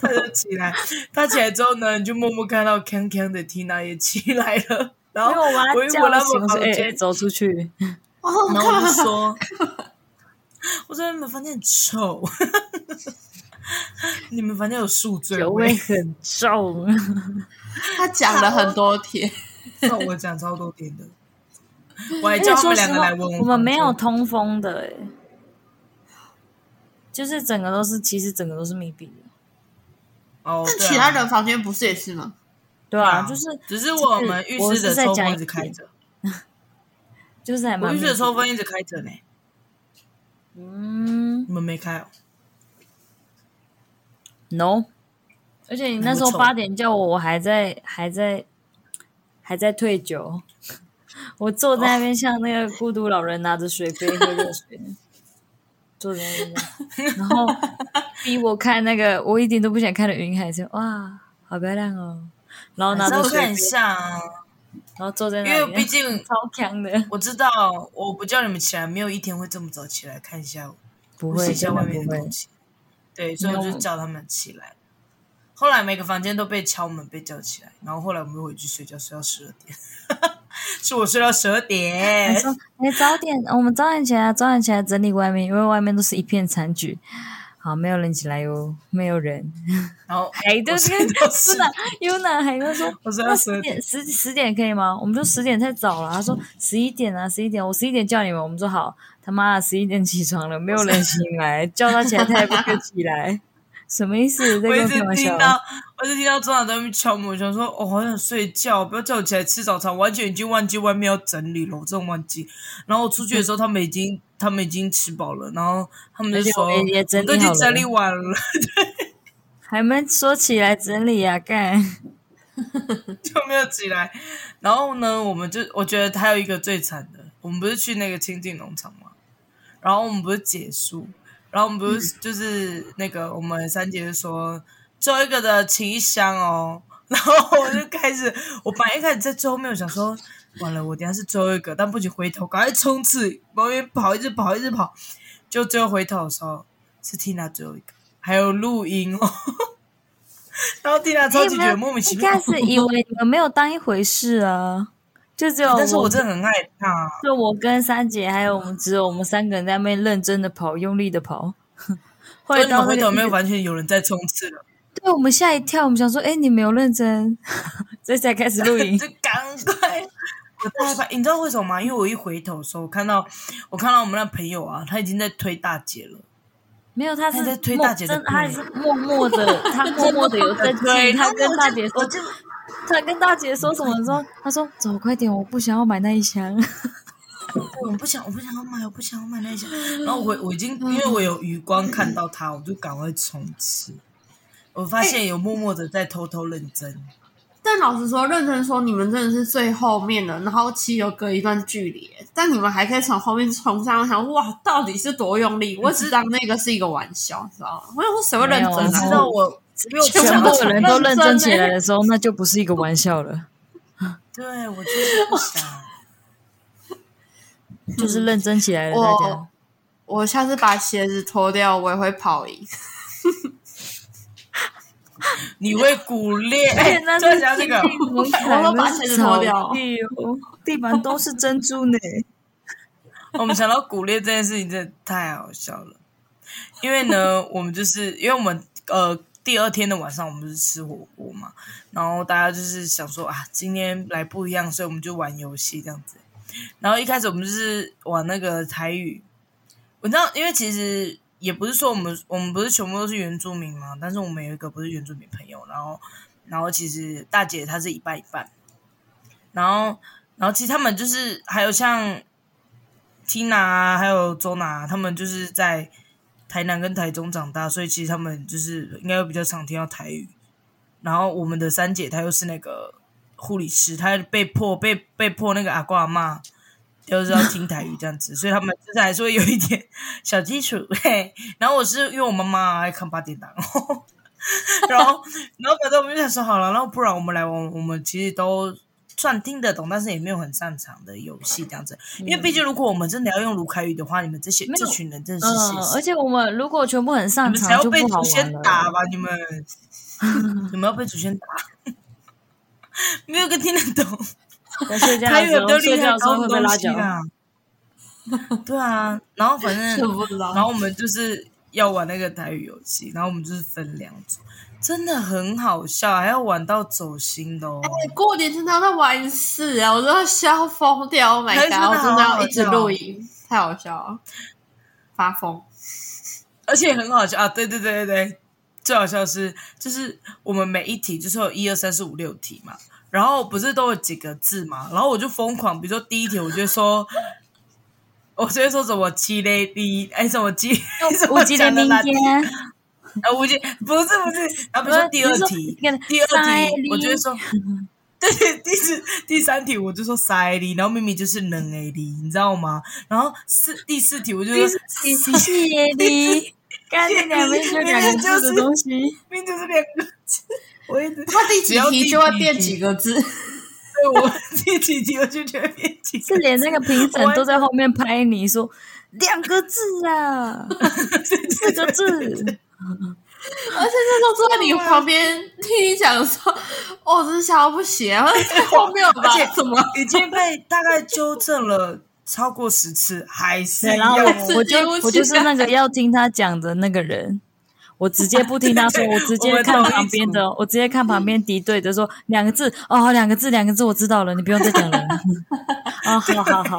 Speaker 2: 烦欸
Speaker 1: 他就起
Speaker 2: [LAUGHS]
Speaker 1: 来，他起来之后呢，你就默默看到康康的 Tina 也起来
Speaker 2: [LAUGHS]
Speaker 1: 了，然
Speaker 2: 因为
Speaker 1: 后
Speaker 2: 我把
Speaker 1: 我
Speaker 2: 他
Speaker 1: 一
Speaker 2: 叫
Speaker 1: 回到
Speaker 2: 醒，
Speaker 1: 房
Speaker 2: 我说：“哎、
Speaker 1: 间，
Speaker 2: 走出去。
Speaker 3: 哦，
Speaker 1: 然后我
Speaker 3: 看
Speaker 1: 就说， [LAUGHS] 我说你们房间很臭， [LAUGHS] 你们房间有宿”醉
Speaker 2: 酒味
Speaker 1: [LAUGHS] 味，
Speaker 2: 很
Speaker 1: [LAUGHS]
Speaker 2: 重，
Speaker 3: 他讲了很多天，
Speaker 1: 哦那我讲超多遍的，我还
Speaker 2: 而
Speaker 1: 叫
Speaker 2: 且
Speaker 1: 他
Speaker 2: 说
Speaker 1: 们
Speaker 2: 实
Speaker 1: 两个
Speaker 2: 话
Speaker 1: 来，闻
Speaker 2: 我们没有
Speaker 1: 房间
Speaker 2: 通风的、欸，就是整个都是，其实整个都是密闭的，
Speaker 1: 哦，
Speaker 3: 但
Speaker 1: 对啊
Speaker 3: 其他人房间不是也是吗？
Speaker 2: 对啊，就是
Speaker 1: 只是我们浴
Speaker 2: 我
Speaker 1: 室
Speaker 2: 是
Speaker 1: 的
Speaker 2: 在
Speaker 1: 抽
Speaker 2: 讲
Speaker 1: 风
Speaker 2: 一
Speaker 1: 一直开
Speaker 2: 点
Speaker 1: 着，
Speaker 2: 就是还
Speaker 1: 我
Speaker 2: 蛮
Speaker 1: 浴
Speaker 2: 密
Speaker 1: 室
Speaker 2: 闭
Speaker 1: 的
Speaker 2: 的
Speaker 1: 抽风一直开着呢，
Speaker 2: 嗯
Speaker 1: 你们没开哦，
Speaker 2: ，no，而且你那时候
Speaker 1: 很臭
Speaker 2: 八点叫我，我还在还在还在退酒， [LAUGHS] 我坐在那边像那个孤独老人拿着水杯喝热水， [LAUGHS] 坐在那边，然后逼我看那个我一点都不想看的云海，就哇，好漂亮哦，然后拿
Speaker 1: 还是
Speaker 2: 着
Speaker 1: 要
Speaker 2: 水杯
Speaker 1: 看一，下啊，
Speaker 2: 然后坐在
Speaker 1: 因为
Speaker 2: 那
Speaker 1: 毕
Speaker 2: 里，
Speaker 1: 竟
Speaker 2: 超强的，
Speaker 1: 我知道，我不叫你们起来，没有一天会这么早起来看一下
Speaker 2: 不
Speaker 1: 呼
Speaker 2: 会，
Speaker 1: 吸一下
Speaker 2: 真的
Speaker 1: 外
Speaker 2: 不
Speaker 1: 面的
Speaker 2: 会
Speaker 1: 空，气。对，所以我
Speaker 2: 没
Speaker 1: 就
Speaker 2: 有
Speaker 1: 叫他们起来。后来每个房间都被敲门，被叫起来，然后后来我们又回去睡觉，睡到十二点， [LAUGHS] 是我睡到十二
Speaker 2: 还
Speaker 1: 点。
Speaker 2: 说：“哎、早点，我们早点起来，啊早点起来整理外面，因为外面都是一片残局。好，没有人起来哟，没有人。
Speaker 1: 然后
Speaker 2: 还
Speaker 1: 我
Speaker 2: 对
Speaker 1: 睡
Speaker 2: 对
Speaker 1: [LAUGHS] 到十
Speaker 2: ，Yuna Yuna 还在说，
Speaker 1: [LAUGHS] 我睡
Speaker 2: 那
Speaker 1: 到
Speaker 2: 十
Speaker 1: 十点，
Speaker 2: 点十十点可以吗？我们说十点太早了。他说十一点啊，十一点，我十一点叫你们。我们说好，他妈的十一点起床了，没有人醒来，叫他起来他也不肯起来， [LAUGHS] 什么意思？在
Speaker 1: 我
Speaker 2: 跟
Speaker 1: 一
Speaker 2: 我
Speaker 1: 直
Speaker 2: 开玩笑啊
Speaker 1: 听？到，我一直听到中场在那边敲门，我想说，哦，好想睡觉，不要叫我起来吃早餐，完全已经忘记外面要整理了，我真的忘记。然后我出去的时候，
Speaker 2: [LAUGHS]
Speaker 1: 他们已经他们已经吃饱了，然后他们
Speaker 2: 而且
Speaker 1: 就
Speaker 2: 我
Speaker 1: 说
Speaker 2: 们也整
Speaker 1: 我都已
Speaker 2: 理好
Speaker 1: 经
Speaker 2: 了
Speaker 1: 整理完了。
Speaker 2: 还没说起来整理啊，干。
Speaker 1: [LAUGHS] 就没有起来。然后呢，我们就我觉得还有一个最惨的，我们不是去那个清境农场嘛，然后我们不是结束，然后我们不是就是那个我们三姐就说最后一个的请一箱哦，然后我就开始，我本来一开始在最后面我想说。完了，我等一下是最后一个，但不仅回头，赶快冲刺，往那边跑，一直跑，一直跑，就最后回头的时候，是 Tina 最后一个，还有录音哦。 [LAUGHS] 然后 Tina 超级觉得
Speaker 2: 你有没有
Speaker 1: 莫名其
Speaker 2: 一
Speaker 1: 妙，
Speaker 2: 开始以为你们没有当一回事啊，就只有
Speaker 1: 哎但是我
Speaker 2: 我
Speaker 1: 真的很害怕。
Speaker 2: 就我跟三姐还有我们只有我们三个人在那边认真的跑，用力的跑，
Speaker 1: [LAUGHS]
Speaker 2: 后
Speaker 1: 所以
Speaker 2: 来
Speaker 1: 你们
Speaker 2: 到那
Speaker 1: 回
Speaker 2: 个
Speaker 1: 头没有发现有人在冲刺 [LAUGHS] 了？
Speaker 2: 对我们吓一跳，我们想说，哎，你没有认真， [LAUGHS] 所以才开始录
Speaker 1: [LAUGHS]
Speaker 2: 影
Speaker 1: 就。赶 [LAUGHS] 快。我太害怕，你知道为什么吗？因为我一回头的时候，我看到我看到我们那朋友啊，他已经在推大姐了，
Speaker 2: 没有，他是
Speaker 1: 他在推
Speaker 2: 默
Speaker 1: 大姐的
Speaker 2: 真他
Speaker 1: 背
Speaker 2: 是默默的，
Speaker 1: [LAUGHS]
Speaker 2: 他默默的有在
Speaker 1: 对
Speaker 2: 听，他跟大姐
Speaker 1: 我
Speaker 2: 说，
Speaker 1: 就
Speaker 2: 他跟大姐说什么说，他说走快点，我不想要买那一箱。
Speaker 1: 我不想，我不想要买，我不想要买那些。然后我我已经因为我有余光看到他，我就赶快冲刺。我发现有默默的在偷偷认真，
Speaker 3: 但老实说，认真说，你们真的是最后面的，然后其实有隔一段距离，但你们还可以从后面冲上。我想，哇，到底是多用力？我只当那个是一个玩笑，知道吗？我想说谁会认
Speaker 2: 没有
Speaker 1: 你
Speaker 3: 真
Speaker 1: 知
Speaker 3: 啊
Speaker 1: 道？我因为我
Speaker 2: 全
Speaker 1: 想
Speaker 2: 部
Speaker 1: 要
Speaker 2: 的
Speaker 1: 冲
Speaker 2: 人都认真起
Speaker 3: 认真
Speaker 2: 来
Speaker 3: 欸
Speaker 2: 的时候，那就不是一个玩笑了，
Speaker 1: 对我就是不 [LAUGHS] 想。
Speaker 2: 就是认真起来了。大家
Speaker 3: 我我下次把鞋子脱掉，我也会跑赢。
Speaker 1: 你会鼓励，哎，
Speaker 2: 那
Speaker 1: 就想这个，
Speaker 2: 我
Speaker 3: 我都把鞋子脱掉
Speaker 2: 地板都是珍珠呢。
Speaker 1: [LAUGHS] 我们想到骨裂这件事情，真的太好笑了。因为呢，我们就是因为我们呃第二天的晚上，我们就是吃火锅嘛，然后大家就是想说啊，今天来不一样，所以我们就玩游戏这样子。然后一开始我们就是玩那个台语，我知道，因为其实也不是说我们我们不是全部都是原住民嘛，但是我们有一个不是原住民朋友，然后然后其实大姐她是一半一半，然后然后其实他们就是还有像 Tina 啊，还有周娜啊，他们就是在台南跟台中长大，所以其实他们就是应该会比较常听到台语。然后我们的三姐她又是那个护理师，她被迫被被迫那个阿公阿妈就是要听台语这样子，所以他们就是还是会有一点小基础。嘿，然后我是因为我妈妈爱看八点档，然后然后反正我们就想说好了，然后不然我们来玩，我们其实都算听得懂，但是也没有很擅长的游戏这样子。因为毕竟如果我们真的要用卢凯语的话，你们这些
Speaker 2: 没
Speaker 1: 这
Speaker 2: 有
Speaker 1: 群人真的是
Speaker 2: 嗯
Speaker 1: 谢，谢
Speaker 2: 而且我们如果全部很
Speaker 1: 你
Speaker 2: 擅
Speaker 1: 们才要
Speaker 2: 长，就
Speaker 1: 被
Speaker 2: 不好
Speaker 1: 祖
Speaker 2: 玩
Speaker 1: 先
Speaker 2: 了。
Speaker 1: 打吧，你们，你们要被祖先打， [LAUGHS] 没有一个听得
Speaker 2: [LAUGHS]
Speaker 1: 懂，
Speaker 2: 在睡觉
Speaker 1: 台语
Speaker 2: 的时
Speaker 1: 有
Speaker 2: 候，
Speaker 1: 比较
Speaker 2: 睡
Speaker 1: 厉
Speaker 2: 觉
Speaker 1: 害
Speaker 2: 的时候
Speaker 1: 高
Speaker 2: 会
Speaker 1: 的
Speaker 2: 被
Speaker 1: 东
Speaker 2: 拉
Speaker 1: 西
Speaker 2: 脚。
Speaker 1: 啦。 [LAUGHS] 对啊，然后反
Speaker 3: 是
Speaker 1: 正，
Speaker 3: 不知
Speaker 1: 然
Speaker 3: 道，
Speaker 1: 后我们就是要玩那个台语游戏，然后我们就是分两组，真的很好笑，还要玩到走心的哦。
Speaker 3: 哎过年真的要在玩一次啊！我都要笑疯掉！Oh
Speaker 1: [LAUGHS]
Speaker 3: my
Speaker 1: 哎真的
Speaker 3: god！我真的
Speaker 1: 好
Speaker 3: 要
Speaker 1: 好
Speaker 3: 一直
Speaker 1: 笑
Speaker 3: 录影，太好笑了，发疯。
Speaker 1: 而且很好笑啊！对对对对对，最好笑是就是我们每一题就是有一二三四五六题嘛，然后不是都有几个字嘛，然后我就疯狂，比如说第一题我就说， [LAUGHS] 我就会说什么鸡嘞滴，哎什么鸡，什 [LAUGHS]
Speaker 2: 我
Speaker 1: 么
Speaker 2: 记得
Speaker 1: 讲的
Speaker 2: 明
Speaker 1: 啦，
Speaker 2: 天，
Speaker 1: 啊无鸡不是不是，然后比如说第二题
Speaker 2: 你说，
Speaker 1: 第二
Speaker 2: 塞
Speaker 1: 题
Speaker 2: 哩
Speaker 1: 我就会说。 [LAUGHS] 对，第四、第三题我就说塞哩，然后明明就是能 A 哩，你知道吗？然后四第四题我就说
Speaker 2: 谢你，干你两边就两个字的东西。
Speaker 1: 明明就是两个字，我一直
Speaker 3: 不知道第
Speaker 1: 只
Speaker 3: 几
Speaker 1: 要
Speaker 3: 题
Speaker 1: 第
Speaker 3: 就会
Speaker 1: 几
Speaker 3: 变
Speaker 1: 题
Speaker 3: 几个字。
Speaker 1: 对我第几集我就觉得变几
Speaker 2: 是 [LAUGHS]
Speaker 1: 个，
Speaker 2: 连那个评审都在后面拍你说两个字啊，四个字，
Speaker 3: 而且那时候坐在你旁边听你讲的时候，哦，真是笑到不行，太荒谬了吧？
Speaker 1: 而且
Speaker 3: 怎么？
Speaker 1: 已经被大概纠正了超过十次，还是
Speaker 2: 对，
Speaker 1: 一
Speaker 2: 然后
Speaker 1: 样
Speaker 2: 我我就
Speaker 3: 直接不
Speaker 2: 我就是
Speaker 3: 讲
Speaker 2: 那个要听他讲的那个人，我直接不听他 [LAUGHS] 说，
Speaker 1: 对
Speaker 2: 我直接
Speaker 1: 我们
Speaker 2: 看
Speaker 1: 同一
Speaker 2: 旁边的，我直接看旁边敌对的说两个字，哦，两个字，两个字，我知道了，你不用再讲了， [LAUGHS] 哦，好好好，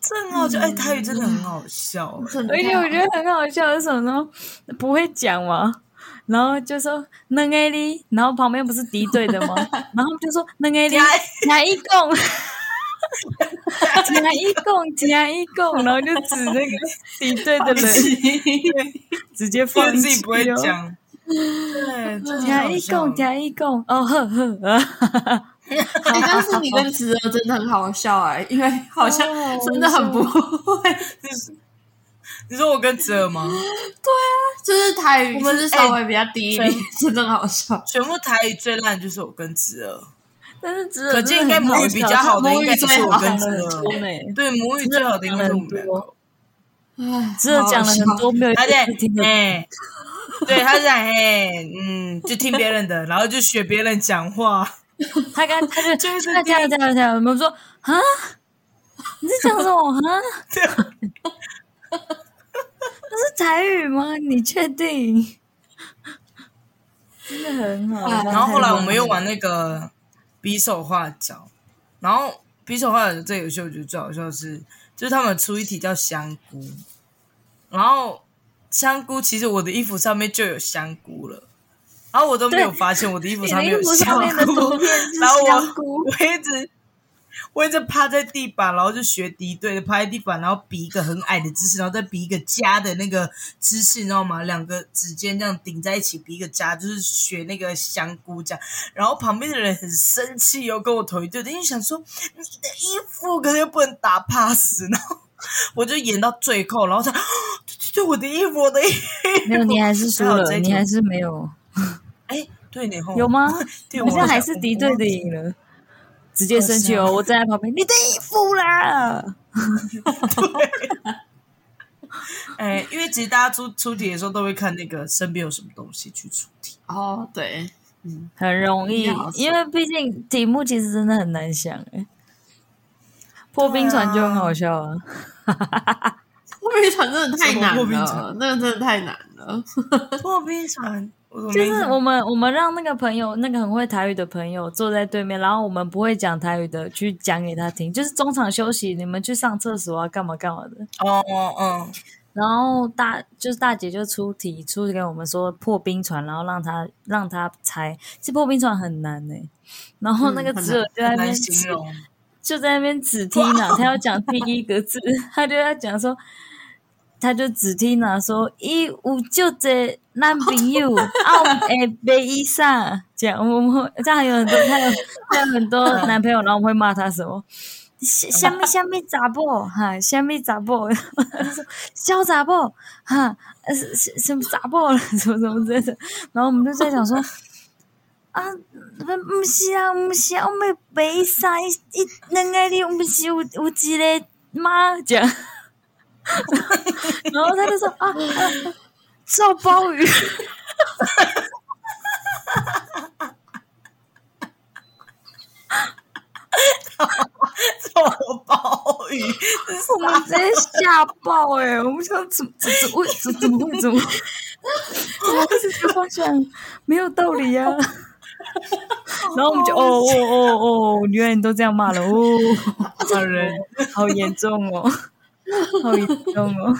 Speaker 1: 真好笑。
Speaker 2: 嗯
Speaker 1: 哎，台语真的很好
Speaker 2: [LAUGHS]
Speaker 1: 笑，哎
Speaker 2: [LAUGHS] 而且我觉得很好笑是什么呢？不会讲嘛，然后就说能 A 哩，然后旁边不是敌对的吗？然后就说能 A 哩，甲一共， [LAUGHS] 甲一共，甲一共，然后就指那个敌对的人，直接
Speaker 1: 因
Speaker 2: 放
Speaker 1: 为自
Speaker 2: 弃
Speaker 1: 己
Speaker 2: [LAUGHS]
Speaker 1: 不会
Speaker 2: 哦。
Speaker 1: 讲。对，真的
Speaker 2: 甲
Speaker 1: 很
Speaker 2: 一
Speaker 1: 好笑
Speaker 2: 共，甲一共，哦呵呵， [LAUGHS] 啊
Speaker 3: 哎、但是你跟侄儿真的很好笑哎、因为好像
Speaker 2: 哦
Speaker 3: 真的很不会，
Speaker 1: 就是你说我跟侄儿吗？
Speaker 3: 就是台语
Speaker 1: 我们
Speaker 3: 就是稍微比较低一点，
Speaker 1: 哎
Speaker 3: 真的很好笑。
Speaker 1: 全部台语最烂就是我跟侄儿，
Speaker 2: 但是只有
Speaker 1: 可见应该母语比较好的应该是我跟侄儿。
Speaker 2: 美。
Speaker 1: 对，母语最好的应该是我们两
Speaker 2: 母语最
Speaker 1: 个。
Speaker 3: 唉
Speaker 2: 只有讲了很多，没有一
Speaker 1: 他
Speaker 2: 个
Speaker 1: 在
Speaker 2: 字听得懂
Speaker 1: 哎，对，他在哎，嗯，就听别人的，然后就学别人讲话。
Speaker 2: 他刚他
Speaker 1: [LAUGHS]
Speaker 2: 就
Speaker 1: 就是
Speaker 2: 他加了加了加了，我们说啊，你在讲
Speaker 1: [LAUGHS]
Speaker 2: 什么啊？那是台语吗？你
Speaker 1: [LAUGHS]
Speaker 2: 确定？真的很好。
Speaker 3: 哎
Speaker 1: 然后后来我们又玩那个比手画脚，然后比手画脚这游戏我觉得最好笑的是，就是他们出一题叫香菇，然后香菇其实我的衣服上面就有香菇了，然后我都没有
Speaker 2: 对
Speaker 1: 发现我的衣服
Speaker 2: 你
Speaker 1: 上
Speaker 2: 的
Speaker 1: 面
Speaker 2: 衣
Speaker 1: 有
Speaker 2: 服哎上
Speaker 1: 香
Speaker 2: 面的
Speaker 1: 菇
Speaker 2: 图，片是
Speaker 1: 然后
Speaker 2: 香
Speaker 1: 我
Speaker 2: 菇，
Speaker 1: 我一直我一直趴在地板，然后就学敌对的趴在地板，然后比一个很矮的姿势，然后再比一个加的那个姿势，你知道吗？两个指尖这样顶在一起比一个加，就是学那个香菇这样。然后旁边的人很生气哦，又跟我同一队的，因为想说你的衣服可是又不能打 pass，然后我就演到最后，然后他 [GASPS] 对对对，我的衣服，我 [LAUGHS] 的衣服，
Speaker 2: 没有， [LAUGHS] 哦你还是输
Speaker 1: 还有
Speaker 2: 了
Speaker 1: 这，一题
Speaker 2: 你还是没有，
Speaker 1: 哎，对你
Speaker 2: 有？吗？ [LAUGHS]
Speaker 1: 对，
Speaker 2: 好
Speaker 1: 我
Speaker 2: 像还是敌对的赢了，直接生气
Speaker 1: 好
Speaker 2: 哦！
Speaker 1: 像
Speaker 2: 我站在旁边，你的衣服啦！
Speaker 1: 哎，因为其实大家出出题的时候都会看那个身边有什么东西去出题。
Speaker 3: 哦，对，嗯，
Speaker 2: [LAUGHS] 很容易
Speaker 3: 应该好，
Speaker 2: 因为毕竟题目其实真的很难想哎。破冰船就很好笑啊，
Speaker 3: 破冰船真的太难
Speaker 1: 什么破冰
Speaker 3: 了
Speaker 1: 船，
Speaker 3: 那个真的太难了。
Speaker 1: 破冰船，我怎么
Speaker 2: 就
Speaker 1: 没
Speaker 2: 是
Speaker 1: 想
Speaker 2: 我们我们让那个朋友，那个很会台语的朋友坐在对面，然后我们不会讲台语的去讲给他听，就是中场休息，你们去上厕所啊，干嘛干嘛的。
Speaker 1: 哦哦哦，
Speaker 2: 然后大就是大姐就出题出题给我们说破冰船，然后让他让他猜，其实破冰船很难呢、然后那
Speaker 3: 嗯
Speaker 2: 个
Speaker 3: 很
Speaker 2: 只有就在
Speaker 1: 很
Speaker 2: 那边
Speaker 1: 难形
Speaker 2: 指
Speaker 1: 容。
Speaker 2: 就在那边指 Tina，他要讲第一个字，他就要讲说，他就指 Tina 说，一五就这男朋友，奥诶被伊莎讲，我们会这样有很多，他有他有很多男朋友，然后我们会骂他什么。虾虾米虾米杂波哈，虾米杂波，他就说小杂波哈，呃是是什么杂波了，什么什么之类的。然后我们就在想说，啊，不，毋是啊，毋是啊，我们白晒一两个里，毋是有有一个 [LAUGHS] 妈讲，然后他就说啊啊，赵包鱼，
Speaker 1: 臭鲍 [LAUGHS] 鱼，
Speaker 2: [LAUGHS] 我们直接吓爆哎、我们想怎么怎怎为怎怎么会怎么会， [LAUGHS] 怎么会是这方向没有道理 [LAUGHS] 呀、啊？然后我们就哦哦哦哦，原来你都这样骂了哦，
Speaker 1: 好人。
Speaker 2: 好严重哦，好严重哦。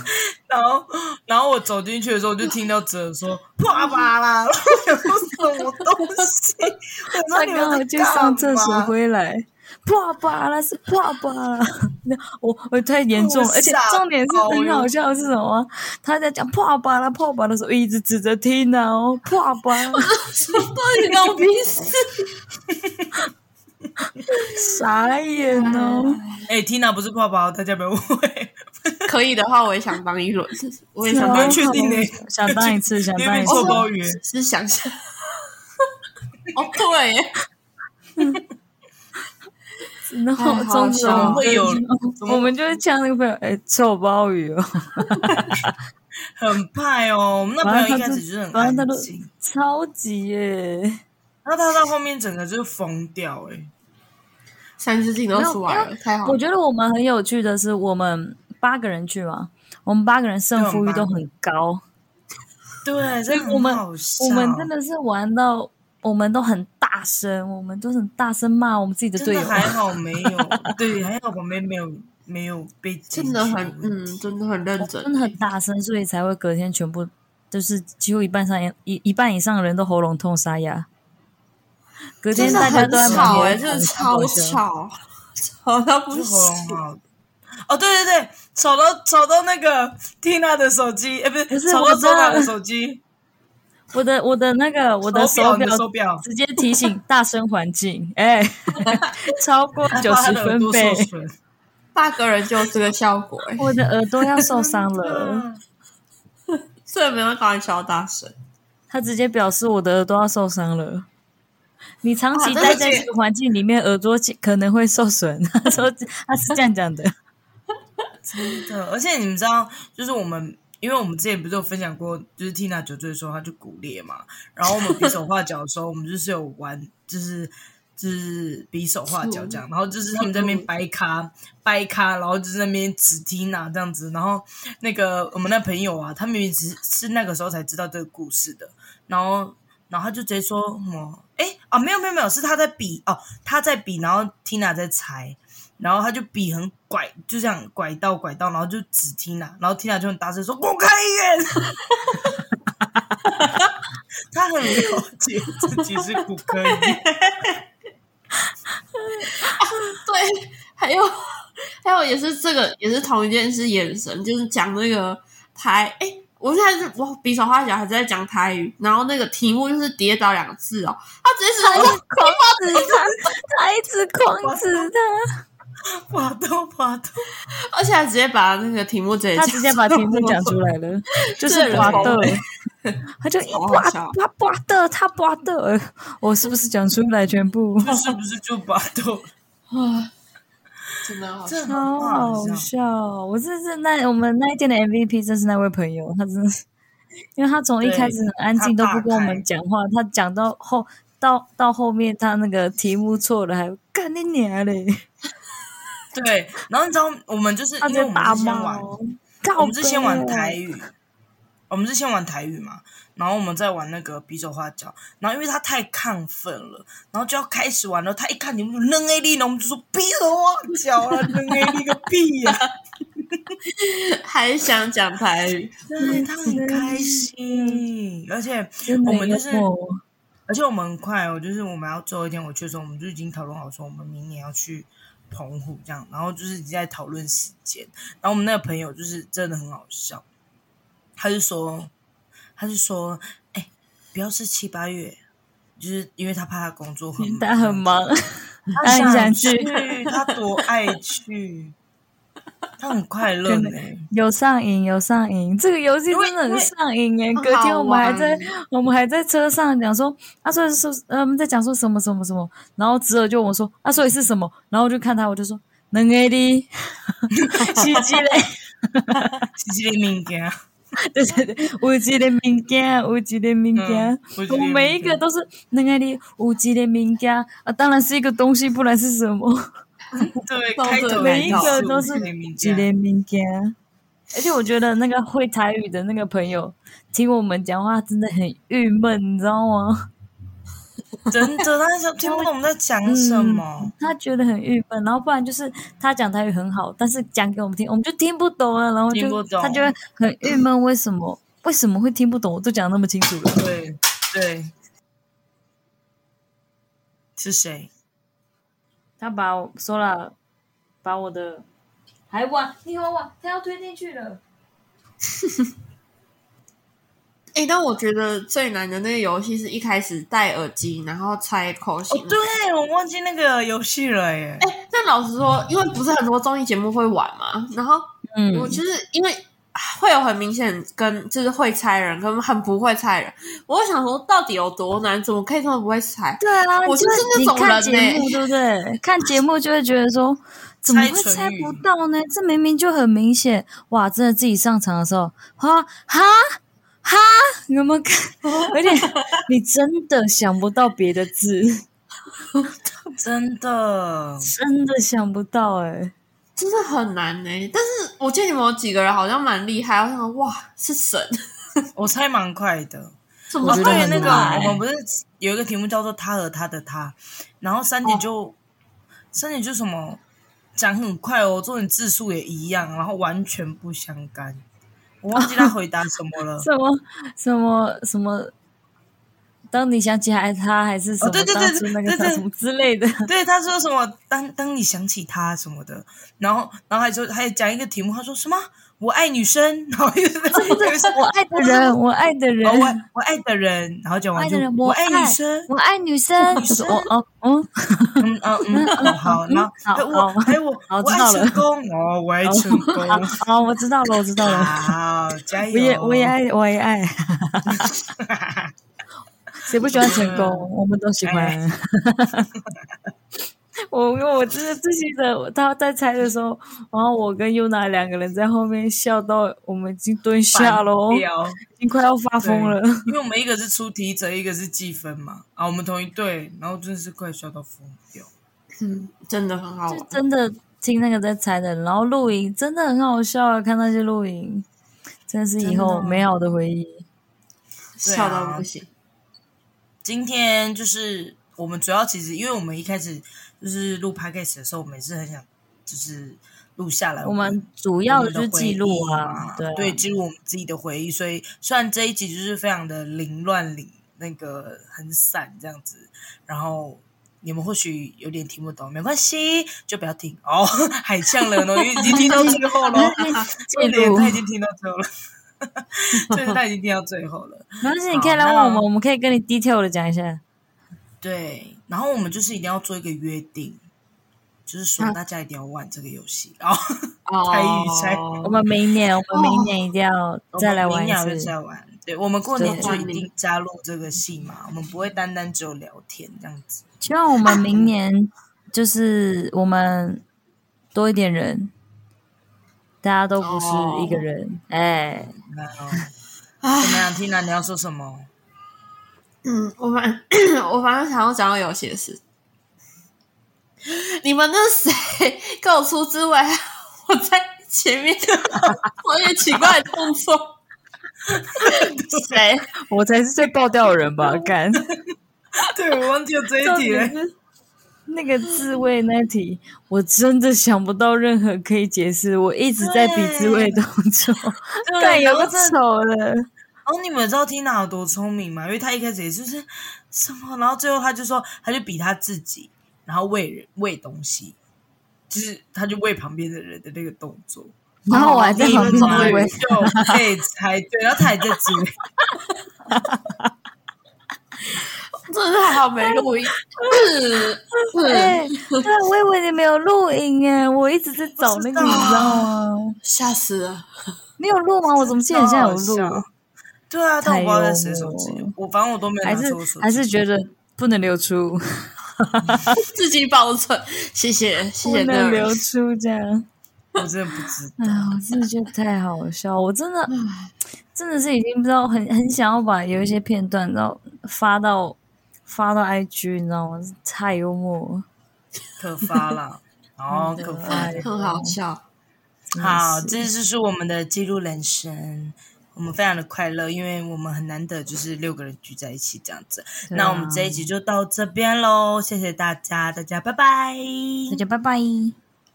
Speaker 1: 然后，然后我走进去的时候，我就听到哲说“啪啪 [LAUGHS] 啦”，然后有什么东西？我说
Speaker 2: 他
Speaker 1: 你
Speaker 2: 刚好
Speaker 1: 们
Speaker 2: 去
Speaker 1: 在干嘛
Speaker 2: 上厕所回来，啪啪啦是啪啪啦， [LAUGHS] 那我我太严重了，
Speaker 1: 我
Speaker 2: 而且
Speaker 1: 吓
Speaker 2: 重点是
Speaker 1: 到
Speaker 2: 很
Speaker 1: 了
Speaker 2: 好笑的是什么啊？他在讲啪啪啦啪啪的时候，一直指着听啊哦，啪啪啦
Speaker 3: 到底关我屁事？
Speaker 2: 傻眼哦，
Speaker 1: 哎，Tina 不是泡泡，大家不要误会。
Speaker 3: 可以的话，我也想当一轮，我
Speaker 2: 哦
Speaker 3: 也想
Speaker 1: 我
Speaker 3: 当
Speaker 1: 没确定呢
Speaker 2: 想当一次，想
Speaker 1: 因
Speaker 2: 当
Speaker 1: 为
Speaker 2: 一
Speaker 1: 臭
Speaker 2: 次，
Speaker 1: 鲍鱼，
Speaker 3: 是想象。哦，对耶，
Speaker 2: 然后
Speaker 3: 哎好
Speaker 2: 中
Speaker 3: 笑
Speaker 2: 间
Speaker 1: 怎
Speaker 3: 哦
Speaker 1: 么会有？
Speaker 2: 我们就会呛那个朋友，哎，臭鲍鱼哦，
Speaker 1: 很 [LAUGHS] 派哦，我们那朋友一开始就是很
Speaker 2: 反正他
Speaker 1: 安
Speaker 2: 都
Speaker 1: 静，
Speaker 2: 超级耶。
Speaker 1: 然后他到后面整个就是疯掉，哎，
Speaker 3: 三只镜都出来了，太好了。
Speaker 2: 我觉得我们很有趣的是，我们八个人去嘛，我们八个人胜负欲都很高，
Speaker 1: 对，这
Speaker 2: 我们
Speaker 1: 很好笑
Speaker 2: 我们真的是玩到我们都很大声，我们都很大声骂我们自己的
Speaker 1: 真
Speaker 2: 队友
Speaker 1: 的。还好没
Speaker 2: [LAUGHS]
Speaker 1: 有，对，还好旁边没有没有被进
Speaker 3: 真的
Speaker 1: 去
Speaker 3: 很，嗯，真的很认真
Speaker 2: 真。的很大声，所以才会隔天全部就是几乎一半上一一半以上的人都喉咙痛沙哑。隔天
Speaker 3: 真的
Speaker 2: 大家
Speaker 3: 很
Speaker 2: 都在忙
Speaker 3: 吵
Speaker 2: 活
Speaker 3: 哎、真的超。吵，吵到不
Speaker 1: 就喉
Speaker 3: 行。
Speaker 1: 咙好。哦，对对对，吵到吵到那个 Tina 的手机，哎，不
Speaker 2: 不
Speaker 1: 是，
Speaker 2: 是
Speaker 1: 吵
Speaker 2: 我
Speaker 1: 到
Speaker 2: 知道
Speaker 1: Zona 的手机，
Speaker 2: 我的我的那个我的
Speaker 1: 手你
Speaker 2: 表
Speaker 1: 的手表，
Speaker 2: 直接提醒大声环境，哎、超过 [LAUGHS] 九
Speaker 1: 他
Speaker 2: 十
Speaker 1: 的耳
Speaker 2: 分
Speaker 1: 朵
Speaker 2: 贝
Speaker 1: 受。损。
Speaker 3: 八个人就有这个效果哎、
Speaker 2: 我的耳朵要受伤了。
Speaker 3: 所以没办法敲大声。
Speaker 2: 他直接表示我的耳朵要受伤了。你长期待在这个环境里面，耳朵可能会受损。他说他是这样讲的，
Speaker 1: 真的，而且你们知道，就是我们，因为我们之前不是有分享过，就是 Tina 酒醉的时候，她就骨裂嘛。然后我们比手画脚的时候，我们就是有玩，就是就是比手画脚这样。然后就是他们在那边掰咖掰咖，然后就是在那边指 Tina 这样子。然后那个我们那朋友啊，他明明只是是那个时候才知道这个故事的，然后然后他就直接说什么，哎啊没有没有没有，是他在比哦，他在比，然后 Tina 在猜。然后他就比很拐，就这样拐到拐到，然后就指 Tina，然后 Tina 就很大声说：“滚开远！” [LAUGHS] 他很了解自己是骨科医，
Speaker 3: [LAUGHS]
Speaker 2: [LAUGHS]
Speaker 3: 对，还有还有也是这个也是同一件事，眼神就是讲那个台，哎、我现在是我比手画脚还是在讲台语，然后那个题目就是跌倒两个字哦，他直接是我说
Speaker 2: 狂指他，他一直狂指他，
Speaker 1: 滑动滑动，
Speaker 3: 而且还直接把那个题目直接
Speaker 2: 他直接把题目讲出来了，就是刮的，他就一
Speaker 3: 好
Speaker 2: 刮
Speaker 3: 好笑
Speaker 2: 刮刮的，他刮的，我是不是讲出来全部？
Speaker 1: 是不是就拔豆？
Speaker 3: 啊，真的好笑
Speaker 1: 这很
Speaker 2: 超
Speaker 1: 好
Speaker 2: 好
Speaker 1: 笑。
Speaker 2: 笑！我这是那我们那一天的 MVP 正是那位朋友，他真的是，因为他从一
Speaker 1: 对
Speaker 2: 开始很安静，
Speaker 1: 他
Speaker 2: 都
Speaker 1: 大
Speaker 2: 不跟我
Speaker 1: 开
Speaker 2: 们讲话，他讲到后到到后面他那个题目错了，还干你娘
Speaker 1: [LAUGHS]
Speaker 2: 嘞！
Speaker 1: 对，然后你知道我们就是
Speaker 2: 他
Speaker 1: 因为
Speaker 2: 在
Speaker 1: 我们
Speaker 2: 大
Speaker 1: 是先
Speaker 2: 骂
Speaker 1: 玩，
Speaker 2: 哦，
Speaker 1: 啊我
Speaker 2: 告
Speaker 1: 们是
Speaker 2: 白
Speaker 1: 先玩
Speaker 2: 哦
Speaker 1: 台语，我们是先玩台语嘛，然后我们再玩那个比手画脚，然后因为他太亢奋了，然后就要开始玩了，他一看你们就扔 A D，然后我们就说比手画脚了，扔 A D 个屁呀、
Speaker 3: 还想讲台语，
Speaker 1: 对他很开心，而且
Speaker 2: 真的
Speaker 1: 我们
Speaker 2: 幽
Speaker 1: 就是
Speaker 2: 默
Speaker 1: 而且我们很快哦，就是我们要最后一天回去的时候，我们就已经讨论好说，我们明年要去澎湖这样，然后就是已经在讨论时间。然后我们那个朋友就是真的很好笑，他就说，他就说，哎、不要是七八月，就是因为他怕他工作很忙，
Speaker 2: 他很忙，
Speaker 1: 嗯他
Speaker 2: [LAUGHS] 他很想
Speaker 1: 去
Speaker 2: 去，
Speaker 1: 他多爱去，他很快乐
Speaker 2: 真
Speaker 1: 呢、
Speaker 2: 的有上瘾，有上瘾，这个游戏真的
Speaker 1: 因为因为
Speaker 2: 很上瘾耶！
Speaker 3: 好
Speaker 2: 隔天我们还
Speaker 3: 玩
Speaker 2: 在，我们还在车上讲说，啊，所以是嗯，在讲说什么什么什么，然后侄儿就问我说，啊，所以是什么？然后我就看他，我就说，能 A D，是这个，
Speaker 1: 是这个物件，
Speaker 2: 对对对，有一个物件，有一个物
Speaker 1: 嗯
Speaker 2: 件，我每一个都是能 A D，有一个物件啊，当然是一个东西，不然是什么？
Speaker 1: 对，
Speaker 3: 都是
Speaker 1: 开头
Speaker 2: 每一
Speaker 1: 来
Speaker 2: 个
Speaker 1: 到
Speaker 2: 都是
Speaker 1: 这个物
Speaker 2: 一
Speaker 1: 件
Speaker 2: 个物件。而且我觉得那个会台语的那个朋友听我们讲话真的很郁闷，你知道吗？ [LAUGHS]
Speaker 1: 真的，他想听不懂我们在讲什么。
Speaker 2: 他觉得很郁闷，然后不然就是他讲台语很好，但是讲给我们听，我们就听不懂了，然后
Speaker 1: 听不
Speaker 2: 就
Speaker 1: 懂
Speaker 2: 他就会很郁闷，为什么为什么会听不懂？我都讲那么清楚了，
Speaker 1: 对对，是谁？
Speaker 2: [LAUGHS] 他把我说了，把我的还啊碗泥娃娃他要推进去了，
Speaker 3: 哎、但我觉得最难的那个游戏是一开始戴耳机，然后猜口
Speaker 1: 哦
Speaker 3: 型。，
Speaker 1: 对，我忘记那个游戏了耶。
Speaker 3: 哎，但老实说，因为不是很多综艺节目会玩嘛，然后
Speaker 2: 嗯，
Speaker 3: 我就是因为啊会有很明显跟就是会猜人跟很不会猜人，我就想说到底有多难，怎么可以这么不会猜？
Speaker 2: 对啊，
Speaker 3: 我就是那
Speaker 2: 你
Speaker 3: 种
Speaker 2: 看
Speaker 3: 人
Speaker 2: 节
Speaker 3: 欸
Speaker 2: 目，对不对？看节目就会觉得说，怎么会猜不到呢？这明明就很明显，哇！真的自己上场的时候，哈哈哈，有没有看？ [LAUGHS] 而且你真的想不到别的字，
Speaker 1: 真的，
Speaker 2: 真的想不到哎、
Speaker 3: 真的很难呢、但是我记得你们有几个人好像蛮厉害，我想说哇是神，
Speaker 1: 我猜蛮快的。
Speaker 3: 怎
Speaker 2: 我
Speaker 3: 么
Speaker 1: 哦，
Speaker 2: 觉得
Speaker 1: 对，
Speaker 2: 很欸
Speaker 1: 那个
Speaker 2: 快
Speaker 1: 我们不是有一个题目叫做“他和他的他”，然后三点就三点就什么讲很快哦，重点字数也一样，然后完全不相干。我忘记他回答什么了。
Speaker 2: 什么什么什么？当你想起还他还是什么
Speaker 1: 哦对对对
Speaker 2: 当初那个
Speaker 1: 对对
Speaker 2: 他什么之类的， [LAUGHS]
Speaker 1: 对，他说什么？当当你想起他什么的，然后，然后还说还讲一个题目，他说什么？我爱女生， [LAUGHS] 然后又在那边说
Speaker 2: [LAUGHS] 我爱的人，我爱的人
Speaker 1: 哦，我爱我爱的人，然后讲
Speaker 2: 我
Speaker 1: 完
Speaker 2: 爱
Speaker 1: 就
Speaker 2: 的人，
Speaker 1: 我
Speaker 2: 我爱
Speaker 1: 爱女生，
Speaker 2: 我爱女生。我说哦哦嗯，
Speaker 1: 嗯嗯嗯，
Speaker 2: [LAUGHS]
Speaker 1: 哦好，然后
Speaker 2: 好
Speaker 1: 还有我
Speaker 2: 好
Speaker 1: 还有我
Speaker 2: 好
Speaker 1: 我
Speaker 2: 知道
Speaker 1: 爱
Speaker 2: 了
Speaker 1: 成功哦，我爱成功，
Speaker 2: 好，啊我知道了，我知道了。
Speaker 1: 好加油，
Speaker 2: 我也我也爱我
Speaker 1: [LAUGHS]
Speaker 2: 也爱，
Speaker 1: 哎
Speaker 2: [LAUGHS] 谁不喜欢成功？我们都喜欢。我我因为我真的自己的，他在猜的时候，然后我跟优娜两个人在后面笑到我们已经蹲下喽，已
Speaker 1: 聊，
Speaker 2: 经快要发疯了。
Speaker 1: 因为我们一个是出题者，一个是计分嘛，啊，我们同一队，然后真的是快笑到疯掉。
Speaker 3: 嗯，真的很好
Speaker 2: 就
Speaker 3: 玩。
Speaker 2: 真的听那个在猜的，然后录影真的很好笑啊！看那些录影，真的是以
Speaker 1: 真
Speaker 2: 后
Speaker 1: 的哦
Speaker 2: 美好的回忆。
Speaker 1: 对啊
Speaker 3: 笑到不行。
Speaker 1: 今天就是我们主要其实，因为我们一开始就是录 podcast 的时候，我们也是很想就是录下来
Speaker 2: 我们主要
Speaker 1: 我
Speaker 2: 的
Speaker 1: 们
Speaker 2: 就是
Speaker 1: 回
Speaker 2: 记录
Speaker 1: 忆
Speaker 2: 啊
Speaker 1: 嘛，
Speaker 2: 啊
Speaker 1: 对，记录我们自己的回忆。所以虽然这一集就是非常的凌乱、凌那个很散这样子，然后你们或许有点听不懂，没关系，就不要听哦。海呛了呢，因为已经听到最后
Speaker 2: 嗯
Speaker 1: 了，
Speaker 2: [LAUGHS] 记
Speaker 1: 脸
Speaker 2: 录。
Speaker 1: 他已经听到最后了， [LAUGHS] 对，他已经听到最后了。
Speaker 2: 没关系，你可以来问我们，我们可以跟你 detail 的讲一下。
Speaker 1: 对，然后我们就是一定要做一个约定，就是说
Speaker 3: 嗯
Speaker 1: 大家一定要玩这个游戏，然后猜
Speaker 3: 哦
Speaker 1: 一猜
Speaker 2: 我们明年，我们
Speaker 3: 哦
Speaker 2: 明年一定要再来
Speaker 1: 我们
Speaker 2: 玩
Speaker 1: 明
Speaker 2: 一
Speaker 1: 年啊就
Speaker 2: 次
Speaker 1: 再。玩。对，我们过年
Speaker 2: 对
Speaker 1: 就一定加入这个戏嘛，我们不会单单只有聊天这样子。
Speaker 2: 希望我们明年就是我们多一点人，大家都不是一个人。哎，
Speaker 1: 那哦怎么样，缇娜，你要说什么？
Speaker 3: 嗯，我反我反正想要讲到游戏的事。你们那谁给我出滋味？我在前面做一些奇怪的动作，谁？
Speaker 2: [LAUGHS] 我才是最爆掉的人吧？干。
Speaker 1: 对，我忘记了这
Speaker 2: 到底 [LAUGHS] 是那个自慰那题，我真的想不到任何可以解释。我一直在比自慰动作， [LAUGHS] 但有个丑的，
Speaker 1: 然哦后你们知道 Tina 有多聪明吗？因为她一开始也就是什么，然后最后她就说，她就比她自己，然后喂人喂东西，就是她就喂旁边的人的那个动作。
Speaker 2: 然后我还在
Speaker 1: 你
Speaker 2: 旁
Speaker 1: 们
Speaker 2: 边
Speaker 1: 终
Speaker 2: 自
Speaker 1: 于
Speaker 2: 慰。
Speaker 1: 就被猜对，然后她还在
Speaker 2: [LAUGHS]
Speaker 1: 自慰。
Speaker 3: 真的还好没录音。嗯
Speaker 2: 对，对，我以为你没有录影哎，我一直在找那个，
Speaker 1: 我
Speaker 2: 你
Speaker 1: 知道
Speaker 2: 知道啊吗？
Speaker 3: 吓死了！
Speaker 2: 你有录吗？我怎么记得很像有
Speaker 1: 超好
Speaker 2: 录
Speaker 1: 笑？对啊，但我不知道在谁
Speaker 2: 太幽
Speaker 1: 手
Speaker 2: 默
Speaker 1: 机，我反正我都没有
Speaker 2: 还
Speaker 1: 拿
Speaker 2: 是
Speaker 1: 出我手机。
Speaker 2: 还是觉得不能流出，
Speaker 3: 自己保存，谢谢谢
Speaker 2: 不
Speaker 3: 谢
Speaker 2: 能
Speaker 3: 各位
Speaker 2: 流。出这样。
Speaker 1: 我真的不知
Speaker 2: [LAUGHS]
Speaker 1: 道。
Speaker 2: 哎呀，我真的觉得太好笑，我真的真的是已经不知道很很想要把有一些片段，然后发到发到 IG，你知道吗？太幽默了。
Speaker 1: 可发啦，哦，可发
Speaker 2: 哎。
Speaker 3: 很好笑。
Speaker 2: 真的
Speaker 1: 好，
Speaker 2: 是
Speaker 1: 这就是我们的记录人生，我们非常的快乐，因为我们很难得就是六个人聚在一起这样子。
Speaker 2: 对啊
Speaker 1: 那我们这一集就到这边喽，谢谢大家，大家拜拜。
Speaker 2: 大家拜拜，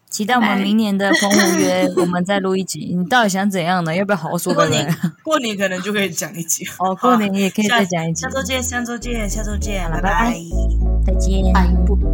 Speaker 2: 期待我们明年的澎湖约，我们再录一集。你到底想怎样呢？要不要好好说
Speaker 1: 过
Speaker 2: 拜拜
Speaker 1: 年？过年可能就可以讲一集，啊
Speaker 2: 哦，过年也可以
Speaker 1: 下
Speaker 2: 再讲一集
Speaker 1: 下。周见，下周见，下周见，
Speaker 2: 好
Speaker 1: 拜
Speaker 2: 了拜拜
Speaker 1: 拜
Speaker 2: 再见。
Speaker 3: 拜不。